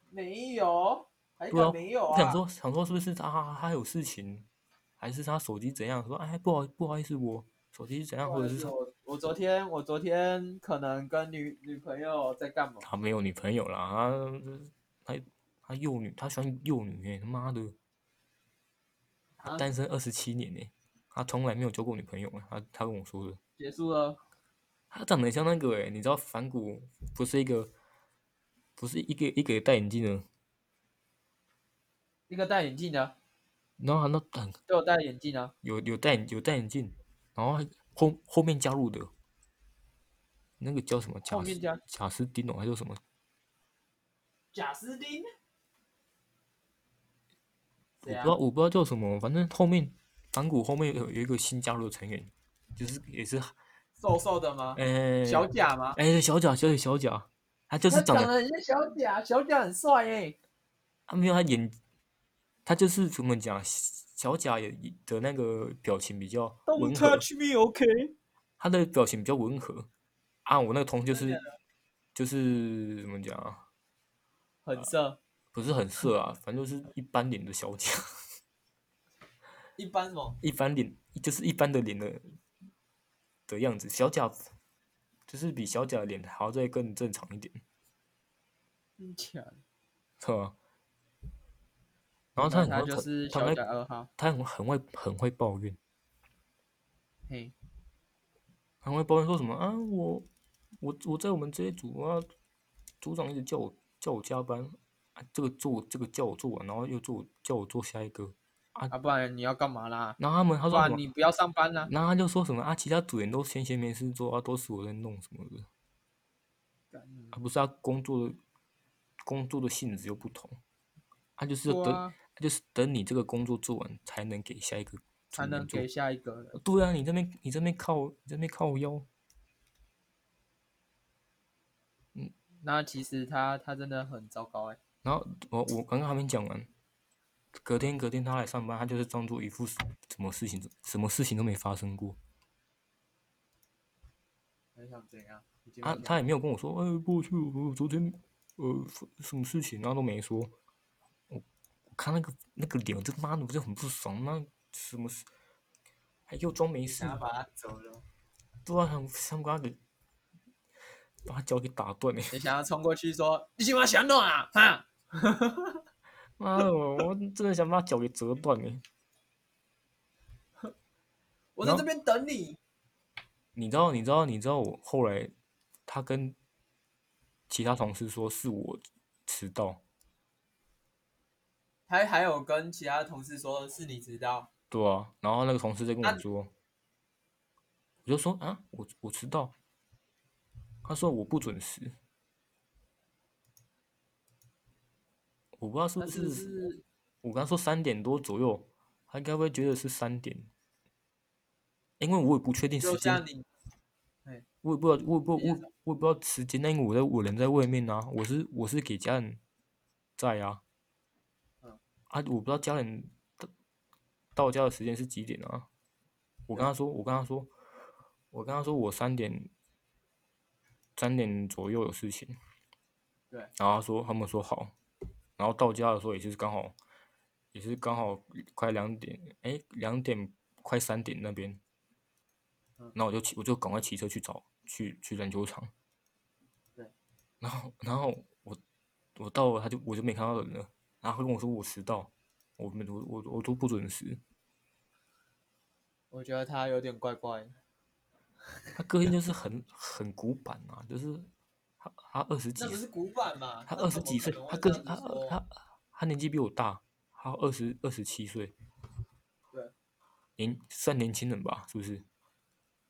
S2: 没有，还
S1: 对啊
S2: 敢没有
S1: 我
S2: 啊？
S1: 想说，想说是不是他他有事情，还是他手机怎样？说哎，不好不好意思，我手机怎样，
S2: 不
S1: 或
S2: 好
S1: 者
S2: 意
S1: 是
S2: 思
S1: 他
S2: 我我昨天我昨天可能跟女女朋友在干嘛？
S1: 他没有女朋友啦，他他他幼女，他喜欢幼女耶、欸他妈的，他
S2: 啊
S1: 单身二十七年呢、他从来没有交过女朋友、啊，他他跟我说的，
S2: 结束了，
S1: 他长得很像那个哎、你知道反骨不是一个，不是一个一个戴眼镜的，
S2: 一个戴眼镜的，
S1: 然后他那很
S2: 都有戴眼镜啊，
S1: 有有戴眼有戴眼镜，然后后后面加入的，那个叫什么？
S2: 后
S1: 贾
S2: 面
S1: 斯
S2: 加
S1: 贾斯汀哦，还是什么？
S2: 贾斯汀。
S1: 我
S2: 谁
S1: 不
S2: 啊
S1: 知道，我不知道叫什么，反正后面反骨后面有有一个新加入的成员，就是也是
S2: 瘦瘦的吗？
S1: 呃
S2: 小贾吗？
S1: 哎小贾小贾小贾，他就是
S2: 他
S1: 长
S2: 长
S1: 得
S2: 得很像小贾，小贾很帅哎、
S1: 他没有他演，他就是怎么讲？小贾也的那个表情比较温和，
S2: me, OK？
S1: 他的表情比较温和啊。我那个同学就
S2: 真的
S1: 是就是怎么讲啊？
S2: 很色，
S1: 不是很色啊，反正就是一般脸的小姐，
S2: 一般什么？
S1: 一般脸就是一般的脸的的样子。小贾就是比小贾的脸还要再更正常一点，
S2: 真假的？
S1: 是吧？然后他很
S2: 他
S1: 会
S2: 就是
S1: 他
S2: 小
S1: 很
S2: 贾
S1: 会
S2: 二号，
S1: 他很很会很会抱怨，
S2: 嘿，
S1: 很会抱怨说什么啊我我我在我们这一组啊，组长一直叫我叫我加班，啊这个做这个叫我做完，然后又做叫我做下一个，
S2: 啊，不然你要干嘛啦？
S1: 然后他们嗯他
S2: 不
S1: 说什
S2: 然
S1: 么
S2: 你不要上班啦。
S1: 然后他就说什么啊，其他组员都闲闲没事做啊，都是我在弄什么的，
S2: 干嗯
S1: 啊，不是他工作的工作的性质又不同，他就是要
S2: 对
S1: 等、
S2: 啊，
S1: 他就是等你这个工作做完才能给下一个组
S2: 才
S1: 员
S2: 能
S1: 做
S2: 给。下一个人。
S1: 对啊，你这边你这边靠你这边靠腰，
S2: 那其实他他真的很糟糕哎、
S1: 然后我哦我刚刚还没讲完，隔天隔天他来上班，他就是装作一副什么事情什么事情都没发生过，
S2: 很想怎样？已经
S1: 他
S2: 不想
S1: 啊他也没有跟我说，哎，过去我昨天呃什么事情，然后都没说。我我看那个那个脸，我这妈的我就很不爽，那什么事，还又装没事
S2: 想，要把他走了，
S1: 对啊，想想把他给把他脚给打断了、
S2: 你想要冲过去说：“你喜欢想弄啊？哈，
S1: 妈的，我我真的想把他脚给折断了、
S2: 我在
S1: 然后
S2: 这边等你。
S1: 你知道，你知道，你知道，我后来他跟其他同事说是我迟到，
S2: 他还有跟其他同事说是你知道，
S1: 对啊，然后那个同事在跟
S2: 那
S1: 我说，我就说啊，我我迟到，他说我不准时，我不知道是
S2: 那
S1: 不
S2: 是不
S1: 是
S2: 是
S1: 我刚说三点多左右，他该不会觉得是三点？因为我也不确定时
S2: 就
S1: 间
S2: 像，你
S1: 我也不知道，我也不
S2: 你
S1: 我
S2: 也
S1: 我也不知道时间，那因为我在我人在外面啊，我是我是给家人在啊，
S2: 嗯
S1: 啊，我不知道家人到到家的时间是几点啊？我跟他说，我跟他说，我跟他说我三点三点左右有事情，
S2: 对
S1: 然后他说他们说好，然后到家的时候也是刚好也是刚好快两点，哎，两点快三点那边，
S2: 嗯
S1: 然后我就骑我就赶快骑车去找去去篮球场，
S2: 对，
S1: 然后然后我我到了他就我就没看到人了，然后他跟我说我迟到，我没我我我都不准时，
S2: 我觉得他有点怪怪的。
S1: 他个性就是很很古板啊，就是他他二十几
S2: 那不是古板嘛？
S1: 他
S2: 那
S1: 二十
S2: 怎么
S1: 几
S2: 可
S1: 岁
S2: 能，
S1: 他
S2: 会
S1: 更
S2: 这
S1: 他
S2: 样子说
S1: 他他年纪比我大，他二十二十七岁，
S2: 对，
S1: 年算年轻人吧，是不是？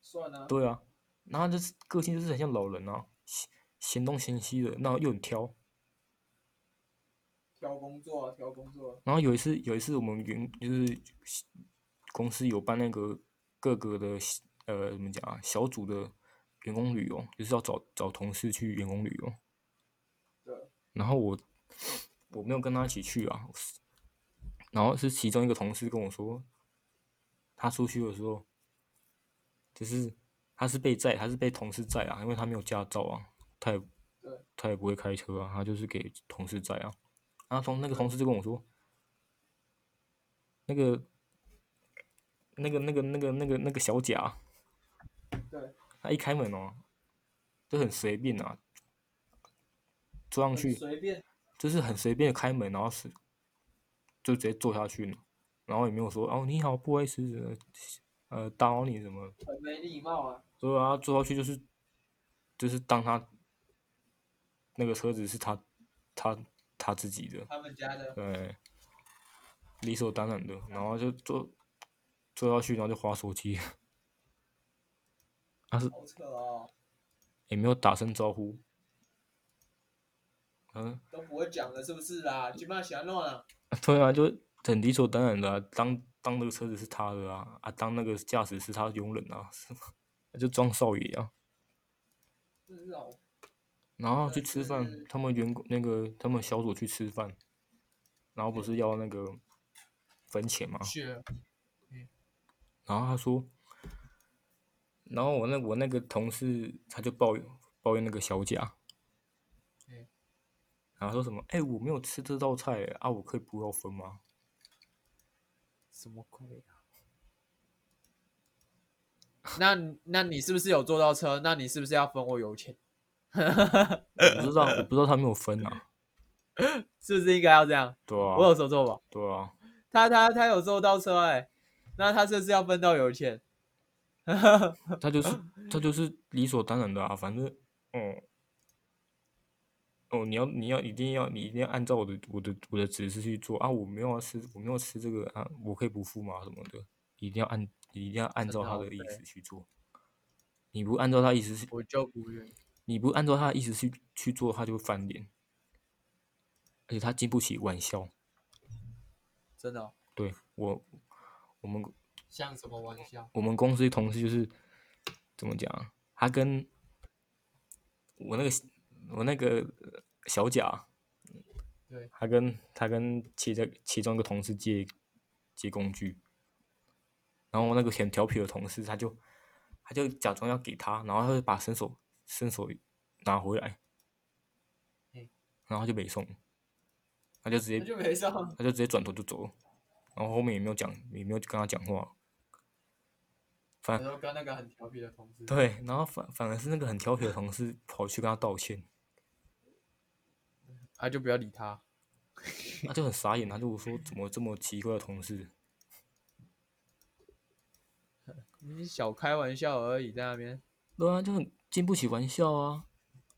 S2: 算啊，
S1: 对啊，然后他就是个性就是很像老人啊，嫌嫌东嫌西的，然后又很挑。
S2: 挑工作啊，挑工作啊，
S1: 然后有一次有一次我们员就是公司有办那个各个的呃怎么讲啊小组的员工旅游，就是要找找同事去员工旅游。
S2: 对，
S1: 然后我我没有跟他一起去啊，然后是其中一个同事跟我说，他出去的时候，就是他是被载，他是被同事载啊，因为他没有驾照啊，他也
S2: 对
S1: 他也不会开车啊，他就是给同事载啊。然后从那个同事就跟我说，那个那个那个那个那个那个小贾啊，
S2: 对，
S1: 他一开门哦，就很随便啊，坐上去
S2: 随便，
S1: 就是很随便的开门，然后是就直接坐下去了，然后也没有说哦你好，不好意思，呃打扰你什么，
S2: 很没礼貌啊。
S1: 所以他坐下去就是就是当他那个车子是他他他自己的，
S2: 他们家的
S1: 对，理所当然的，然后就坐坐下去，然后就划手机，
S2: 好扯哦，
S1: 也没有打声招呼，嗯、
S2: 都不会讲了，是不是啦？基本上喜欢乱啊。
S1: 对啊，就很理所当然的、啊，当当那个车子是他的啊，啊，当那个驾驶是他的佣人啊， 是吧就装少爷啊。
S2: 真是哦，
S1: 然后
S2: 对
S1: 去吃饭
S2: 是，
S1: 他们员工那个他们小组去吃饭，然后不是要那个分钱嘛，
S2: 是
S1: 然后他说，然后我那我那个同事他就抱怨抱怨那个小贾
S2: 嗯，
S1: 然后说什么，哎、我没有吃这道菜啊，我可以不要分吗？
S2: 什么鬼啊？那那你是不是有坐到车？那你是不是要分我油钱？
S1: 我不知道，我不知道他没有分啊，
S2: 是不是应该要这样？
S1: 对
S2: 我
S1: 啊，
S2: 有说错吧？
S1: 对啊。
S2: 他他他有坐到车哎、那他这是要分到油钱？
S1: 他就是
S2: 啊
S1: 他就是理所当然的啊，反正，哦，哦，你要你要一定要你一定要按照我的我的我的指示去做啊，我没有要吃我没有吃这个啊，我可以不付吗什么的，一定要按一定要按
S2: 真
S1: 照
S2: 的
S1: 他
S2: 哦好
S1: 的意
S2: 废
S1: 思去做，你不按照他意思去，
S2: 我就不愿意。
S1: 你不按照他的意思去去做，他就会翻脸，而且他经不起玩笑，
S2: 真的哦、
S1: 对我我们
S2: 像什么玩笑？
S1: 我们公司同事就是怎么讲啊，他跟我那个我那个小贾，
S2: 对，
S1: 他跟他跟其中其中一个同事借借工具，然后我那个很调皮的同事，他就他就假装要给他，然后他就把伸手伸手拿回来
S2: 嘿，
S1: 然后他就没送，他就直接
S2: 那就没啊上。
S1: 他就直接转头就走了，然后后面也没有讲，也没有跟他讲话。
S2: 我
S1: 反
S2: 都跟那个很调皮的同事，
S1: 对，然后反反而是那个很调皮的同事跑去跟他道歉，
S2: 啊就不要理他。
S1: 他就很傻眼，他啊就说怎么这么奇怪的同事？
S2: 你小开玩笑而已，在那边。
S1: 对啊，就很经不起玩笑啊。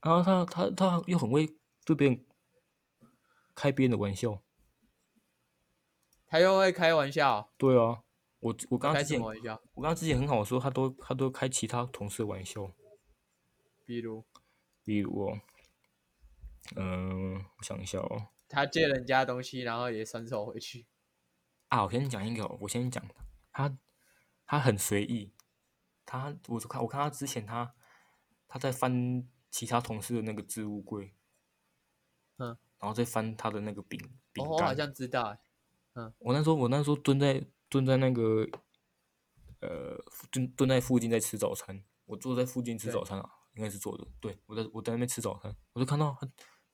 S1: 然后他他他又很会对别人开别人的玩笑。
S2: 他又会开玩笑，
S1: 对啊，我我刚
S2: 开
S1: 刚之
S2: 什
S1: 前
S2: 么玩笑？
S1: 我刚刚之前很好的时候，他都他都开其他同事的玩笑，
S2: 比如
S1: 比如哦，嗯、我想一下哦，
S2: 他借人家东西，然后也伸手回去，
S1: 啊，我先讲一个哦，我先讲他，他很随意，他我看我看他之前他他在翻其他同事的那个置物柜，
S2: 嗯，
S1: 然后再翻他的那个饼饼
S2: 哦，我好
S1: 干。
S2: 像知道、欸，
S1: 我那时候我那时候蹲在蹲在那个呃附蹲蹲在附近在吃早餐，我坐在附近吃
S2: 对
S1: 早餐啊，应该是坐的，对我在我在那边吃早餐，我就看到他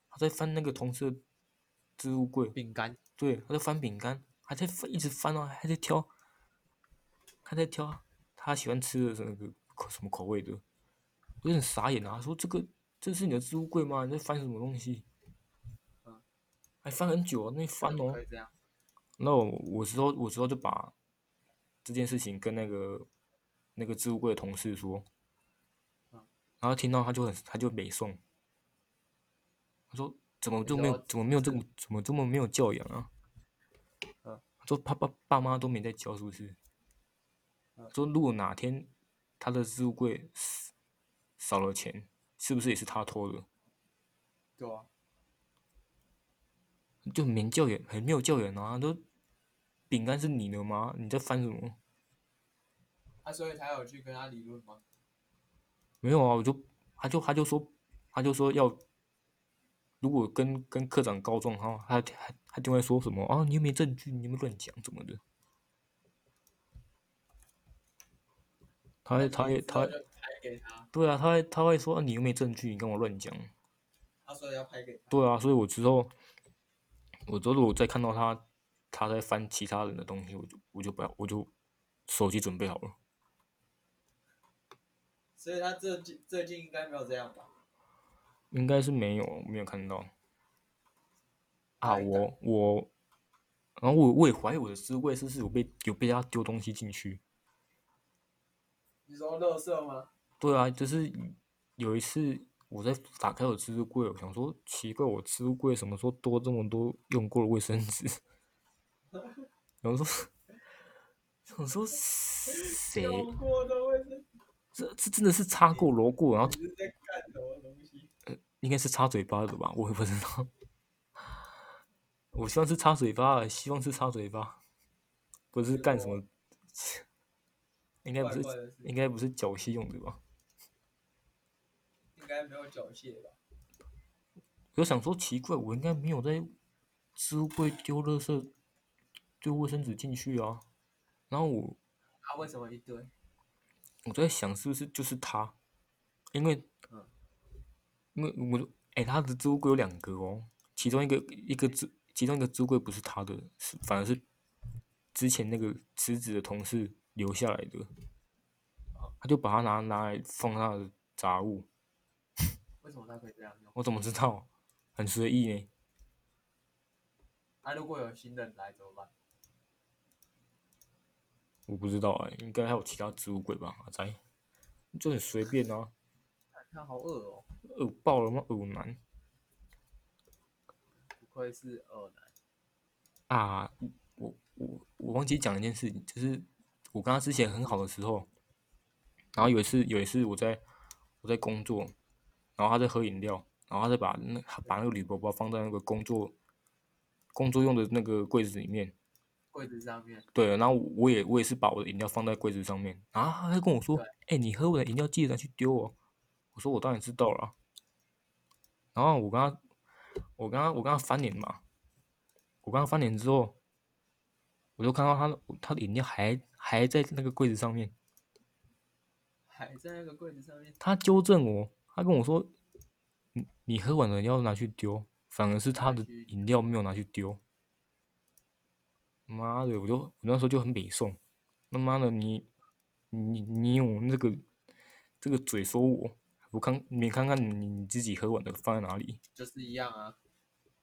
S1: 他在翻那个同事的置物柜，
S2: 饼干，
S1: 对，他在翻饼干，还在翻一直翻啊，还在挑，他在挑他喜欢吃的是那个口什么口味的，我有点傻眼啊，他说这个这是你的置物柜吗？你在翻什么东西
S2: 嗯？
S1: 还翻很久啊，那翻哦
S2: 可。以这样，
S1: 那我我之后我之后就把这件事情跟那个那个置物柜的同事说，
S2: 嗯
S1: 然后听到他就很他就没送，他说怎么
S2: 你
S1: 就没有
S2: 说
S1: 怎么没有这
S2: 是
S1: 么怎么这么没有教养啊？
S2: 嗯
S1: 他说他爸爸妈都没在教是不是？
S2: 嗯
S1: 说如果哪天他的置物柜少少了钱，是不是也是他偷的？
S2: 对啊，
S1: 就没教养，很没有教养啊！都饼干是你的吗？你在翻什么？
S2: 啊，所以他有去跟他理论吗？
S1: 没有啊，我就他就他就说他就说要，如果跟跟科长告状，然后他他他就会说什么啊，你又没证据，你又没乱讲什么的。他会他也他
S2: 之后就拍给他，
S1: 对啊，他会他会说、啊、你又没证据，你跟我乱讲。
S2: 他说要拍给他，
S1: 对啊，所以我之后我之后如果再看到他他在翻其他人的东西，我就我就不要我就手机准备好了。
S2: 所以他最近最近应该没有这样吧？
S1: 应该是没有，我没有看到。啊，
S2: 哪一个
S1: 我我，然后我我也怀疑我的置物柜是不是有被有被他丢东西进去。
S2: 你说乐色吗？
S1: 对啊，就是有一次我在打开我置物柜，我想说奇怪，我置物柜什么时候多这么多用过的卫生纸？ 然后说， 想说谁
S2: 有过的卫生
S1: 这这真的是擦过揉过，然后
S2: 纸是在干什么东西？
S1: 应该是擦嘴巴的吧？我也不知道。我希望是擦嘴巴的，希望是擦嘴巴，不是干什么？应该不
S2: 怪怪的
S1: 是
S2: 事，
S1: 应该不是缴械用的吧？
S2: 应该没有缴械吧？
S1: 我想说奇怪，我应该没有在置物柜丢垃圾、丢卫生纸进去啊。然后我
S2: 啊，为什么一堆？
S1: 我在想是不是就是他，因为
S2: 嗯
S1: 因为我哎、他的置物柜有两个哦，其中一个一个置其中一个置物柜不是他的，是反而是之前那个辞职的同事留下来的，他就把它拿拿来放他的杂物，
S2: 为什么他可以这样用？
S1: 我怎么知道？很随意呢，
S2: 啊，如果有新人来怎么办？
S1: 我不知道哎、应该还有其他置物柜吧？阿仔就很随便啊，
S2: 他好恶哦，
S1: 恶爆了吗？恶男。
S2: 不愧是恶男。
S1: 啊，我我我忘记讲一件事情，就是我跟他之前很好的时候，然后有一次有一次我在我在工作，然后他在喝饮料，然后他再把那他把那个铝箔包放在那个工作工作用的那个柜子里面，
S2: 柜子上面，
S1: 对，然后我也我也是把我的饮料放在柜子上面，然后他还跟我说
S2: 对：“
S1: 哎、你喝我的饮料记得拿去丢哦。”我说：“我当然知道了啊。”然后我跟他，我跟他，我跟他翻脸嘛，我跟他翻脸之后，我就看到他的他的饮料还还在那个柜子上面，
S2: 还在那个柜子上面，
S1: 他纠正我，他跟我说：“你你喝完了要拿去丢，反而是他的
S2: 去
S1: 饮料没有拿去丢。”妈的，我就我那时候就很北宋，他妈的你你你有那个这个嘴说我，我看你看看你你自己喝完的放在哪里，
S2: 就是一样啊，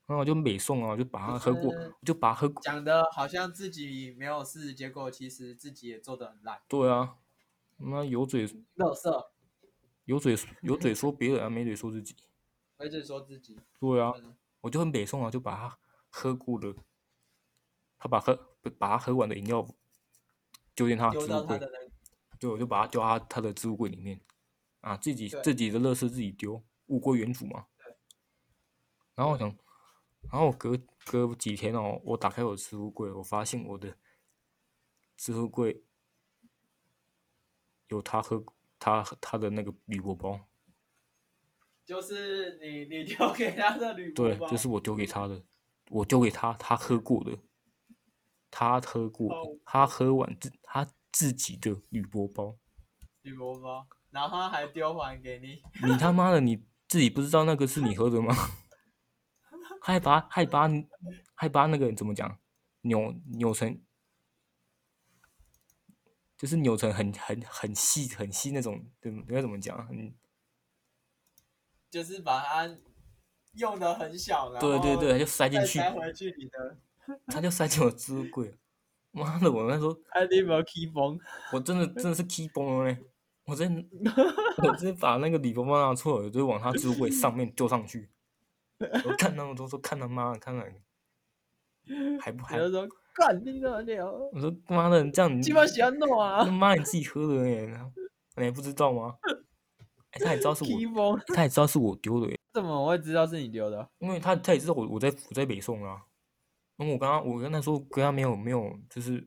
S1: 然后我就美送啊，我就把它喝过，
S2: 就是
S1: 我就把它喝过，
S2: 讲的好像自己没有事，结果其实自己也做的很烂，
S1: 对啊，妈有嘴
S2: 乐色，
S1: 有嘴有嘴说别人啊，没嘴说自己，
S2: 而且说自己，
S1: 对啊，
S2: 嗯
S1: 我就很北宋啊，就把他喝过的，他把喝把他喝完的饮料丢进他的
S2: 丢
S1: 置
S2: 到
S1: 物
S2: 他
S1: 柜
S2: 的，人，
S1: 对，我就把它丢到他他的置物柜里面，啊，自己
S2: 对
S1: 自己的乐事自己丢，物归原主嘛
S2: 对。
S1: 然后我想，然后隔隔几天哦，我打开我的置物柜，我发现我的置物柜有他喝他他的那个铝箔包，
S2: 就是你你丢给他的铝箔
S1: 对
S2: 包，，
S1: 这是我丢给他的，我丢给他，他喝过的，他喝过的
S2: 哦
S1: 他喝完自他自己的铝箔包，
S2: 铝箔包，然后他还丢还给你，
S1: 你他妈的你自己不知道那个是你喝的吗？ 还把还把还把那个怎么讲，扭扭成，就是扭成很很很细很细那种，对，该怎么讲啊？嗯，
S2: 就是把它用的很小，然后
S1: 对对对，，他就塞进
S2: 再
S1: 去，
S2: 塞回去你的，
S1: 他就塞进我置物柜。妈的，我那时候
S2: 看你有没有 key 风，
S1: 我真的真的是气崩了嘞！我直接我直接把那个礼包包拿出来，我就往他置物柜上面丢上去。我看他们都说看他妈的，看他 还不
S2: 你
S1: 还
S2: 就说干你的了，
S1: 我说妈的，你这样你
S2: 鸡巴喜欢弄啊
S1: 他妈你自己喝的耶，然后你还不知道吗？哎、他也知道是我，
S2: ，key 风，
S1: 他也知道是我丢的耶，
S2: 怎么我会知道是你丢的？
S1: 因为他他也知道我我在我在北宋啊。因为我刚刚我跟他说跟他没有没有就是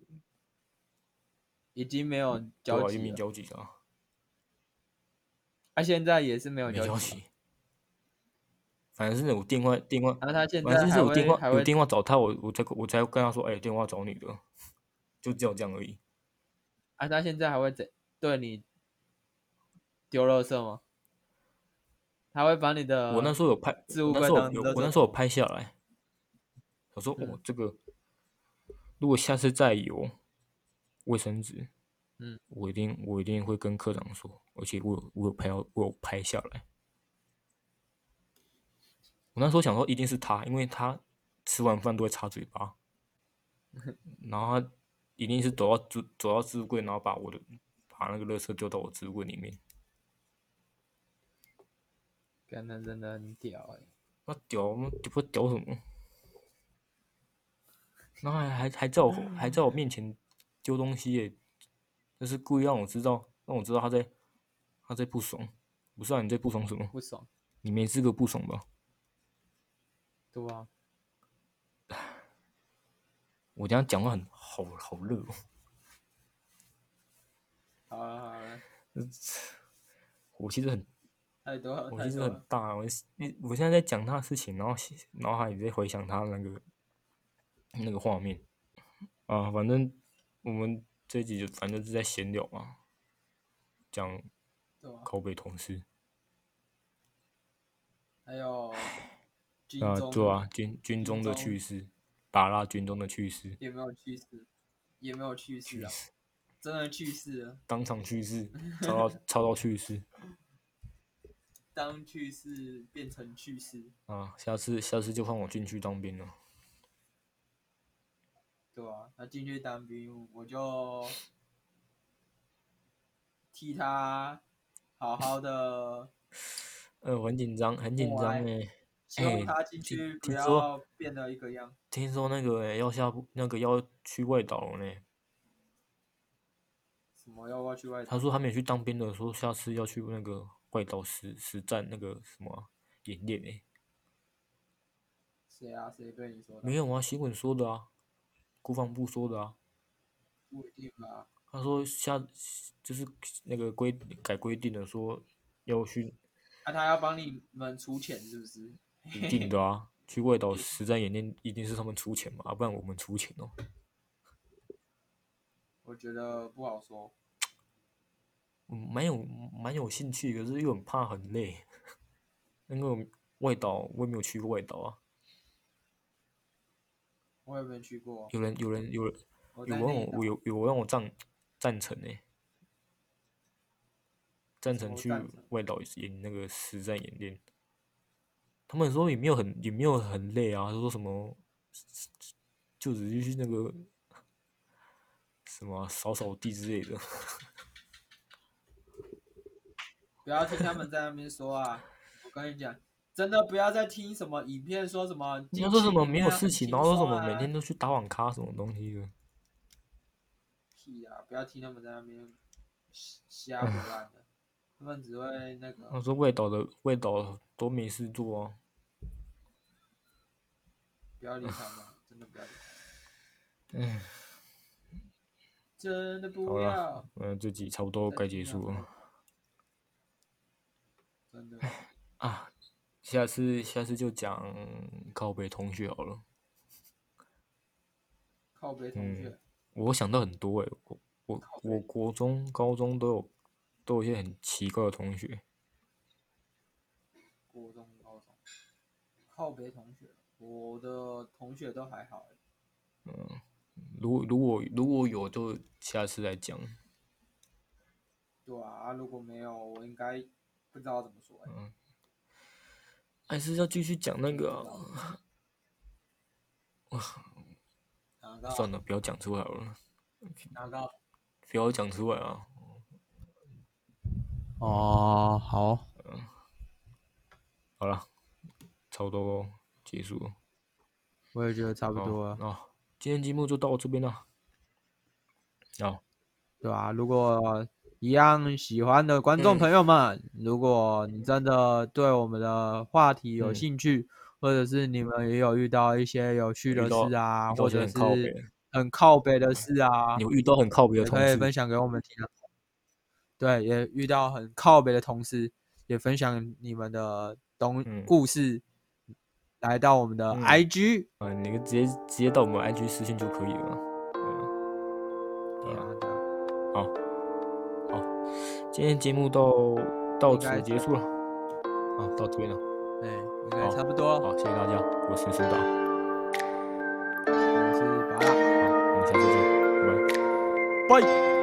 S2: 已经没有
S1: 对
S2: 交
S1: 啊，
S2: 集
S1: 移民
S2: 了，
S1: 交集啊，
S2: 他、现在也是没有
S1: 没
S2: 啊交
S1: 交
S2: 集，
S1: 集。反正是我电话电话，
S2: 然后他现
S1: 反正
S2: 在
S1: 是
S2: 还
S1: 我电
S2: 会
S1: 话
S2: 还
S1: 有
S2: 会
S1: 电话找他，我我才我才跟他说，哎、电话找你的，就只有这样而已。
S2: 啊，他现在还会怎对你丢垃圾吗？他会把你的
S1: 我那时候有拍，
S2: 置
S1: 我
S2: 物
S1: 那
S2: 柜
S1: 时候
S2: 当
S1: 有
S2: 垃
S1: 我那
S2: 圾
S1: 时候有拍下来，我说
S2: 嗯
S1: 哦，这个如果下次再有卫生纸，
S2: 嗯，
S1: 我一定我一定会跟科长说，而且我有我有拍到我有拍下来。我那时候想说一定是他，因为他吃完饭都会擦嘴 巴，然后他一定是走到置走到置物柜，然后把我的把那个垃圾丢到我置物柜里面。
S2: 干那真的很屌哎、
S1: 我屌，我不屌什么？然后还还还在我还在我面前丢东西耶，就是故意让我知道，让我知道他在他在不爽。不是啊，你在不爽什么？
S2: 不爽，
S1: 你没资格不爽吧？
S2: 对吧、啊？
S1: 我这样讲话很好好热哦。
S2: 好了好了，
S1: 我其实很
S2: 太多了
S1: 我
S2: 太
S1: 其实
S2: 多
S1: 很
S2: 了，
S1: 大，我是我现在在讲他的事情，然后现脑海里在回想他那个那个画面啊，反正我们这一集就反正就是在闲聊嘛，讲
S2: 对啊吧、
S1: 口北同事
S2: 还 有军
S1: 啊，
S2: 中
S1: 对啊，军军
S2: 军
S1: 中的
S2: 中
S1: 趣事，打蜡军中的趣事，
S2: 也没有去世，也没有去世
S1: 去
S2: 啊，
S1: 世
S2: 真的去世了，
S1: 当场去 世，超到超到去世
S2: 当去世变成去世，
S1: 啊！下次下次就换我进去当兵了，
S2: 对吧、啊？他进去当兵，我就替他好好的，
S1: 呃，我很紧张，很紧
S2: 我
S1: 张
S2: 还
S1: 哎、
S2: 希望
S1: 哎
S2: 他进
S1: 听
S2: 去不
S1: 听说
S2: 要变得一个样。
S1: 听说那个、欸、要下部那个要去外岛了呢、
S2: 什么要不要去外
S1: 他
S2: 岛？
S1: 说他没有去当兵的，说下次要去那个外岛实实战那个什么啊、演练诶、
S2: 谁啊？谁对你说的
S1: 没？有啊，新闻说的啊，国防部说的啊。
S2: 不一定啊吧。
S1: 他说下就是那个规改规定了，说要去
S2: 那、啊他要帮你们出钱是不是？
S1: 一定的啊，去外岛实战演练一定是他们出钱嘛，啊不然我们出钱哦。
S2: 我觉得不好说。
S1: 嗯蛮有蛮有兴趣，可是又很怕很累， 因为我外岛我也没有去过外岛啊。
S2: 我也没去过。
S1: 有人有人有人
S2: 我
S1: 有
S2: 在
S1: 让我
S2: 内
S1: 我
S2: 岛，
S1: 有有让我赞赞成诶、赞
S2: 什
S1: 成
S2: 么
S1: 去
S2: 赞成
S1: 外岛演那个实战演练，他们说也没有很也没有很累啊，说什么就只是去那个 什么啊扫扫地之类的，
S2: 不要听他们在那边说啊！我跟你讲，真的不要再听什么影片说什么
S1: 你要
S2: 进
S1: 说什
S2: 去
S1: 么
S2: 里
S1: 没
S2: 面
S1: 有
S2: 很
S1: 事情，
S2: 轻
S1: 然后说什
S2: 松
S1: 么每
S2: 啊
S1: 天都去打网咖什么东西的，
S2: 屁啊！不要听他们在那边瞎瞎胡乱 的，他们只会那
S1: 他
S2: 个。
S1: 说外岛的外岛都没事做啊，
S2: 不要理他们，真的不要理他们，
S1: 唉，
S2: 真的
S1: 好
S2: 不
S1: 了
S2: 要，
S1: 嗯、这集差不多
S2: 再
S1: 该结
S2: 听他
S1: 束
S2: 们
S1: 了
S2: 真的。
S1: 啊，下次下次就讲告别同学好了。
S2: 靠北同学，
S1: 我想到很多诶、欸我我
S2: 靠
S1: 我
S2: 北
S1: 国中、高中都有都有一些很奇怪的同学，
S2: 国中、高中，靠北同学，我的同学都还好、欸，
S1: 如果如果如果有就下次再讲，
S2: 对啊，啊如果没有，我应该不知道怎么说、欸，
S1: 嗯还是要继续讲那个啊、
S2: 哪个
S1: 算了，不要讲出来好了，
S2: 哪个？
S1: 不要讲出来啊，
S2: 哦，好，
S1: 好了，差不多结束了，
S2: 我也觉得差不
S1: 好
S2: 多了，
S1: 啊，今天节目就到这边了，好，
S2: 对啊，如果一样喜欢的观众
S1: 嗯
S2: 朋友们，如果你真的对我们的话题有
S1: 嗯
S2: 兴趣，或者是你们也有遇到一些有趣
S1: 遇
S2: 的
S1: 到
S2: 事啊，
S1: 遇到
S2: 或
S1: 一些
S2: 者
S1: 很靠北
S2: 是
S1: 的，
S2: 很靠北的事啊，
S1: 有遇到很靠谱的
S2: 也
S1: 同
S2: 可以分
S1: 事，嗯
S2: 享给我们听啊。对，也遇到很靠北的同事，也分享你们的东
S1: 嗯
S2: 故事，来到我们的
S1: 嗯
S2: IG。
S1: 呃，你就直接直接到我们 IG 私信就可以了
S2: 啊
S1: 嘛。对
S2: 对
S1: 啊，
S2: 啊对啊
S1: 今天节目到到
S2: 应该
S1: 此结束了，啊，到这边了，
S2: 对，哎应该
S1: 好
S2: 差不多了。
S1: 好，谢谢大家，我是苏打，好，
S2: 我是巴拉。
S1: 我们下次见，拜拜。
S2: 拜。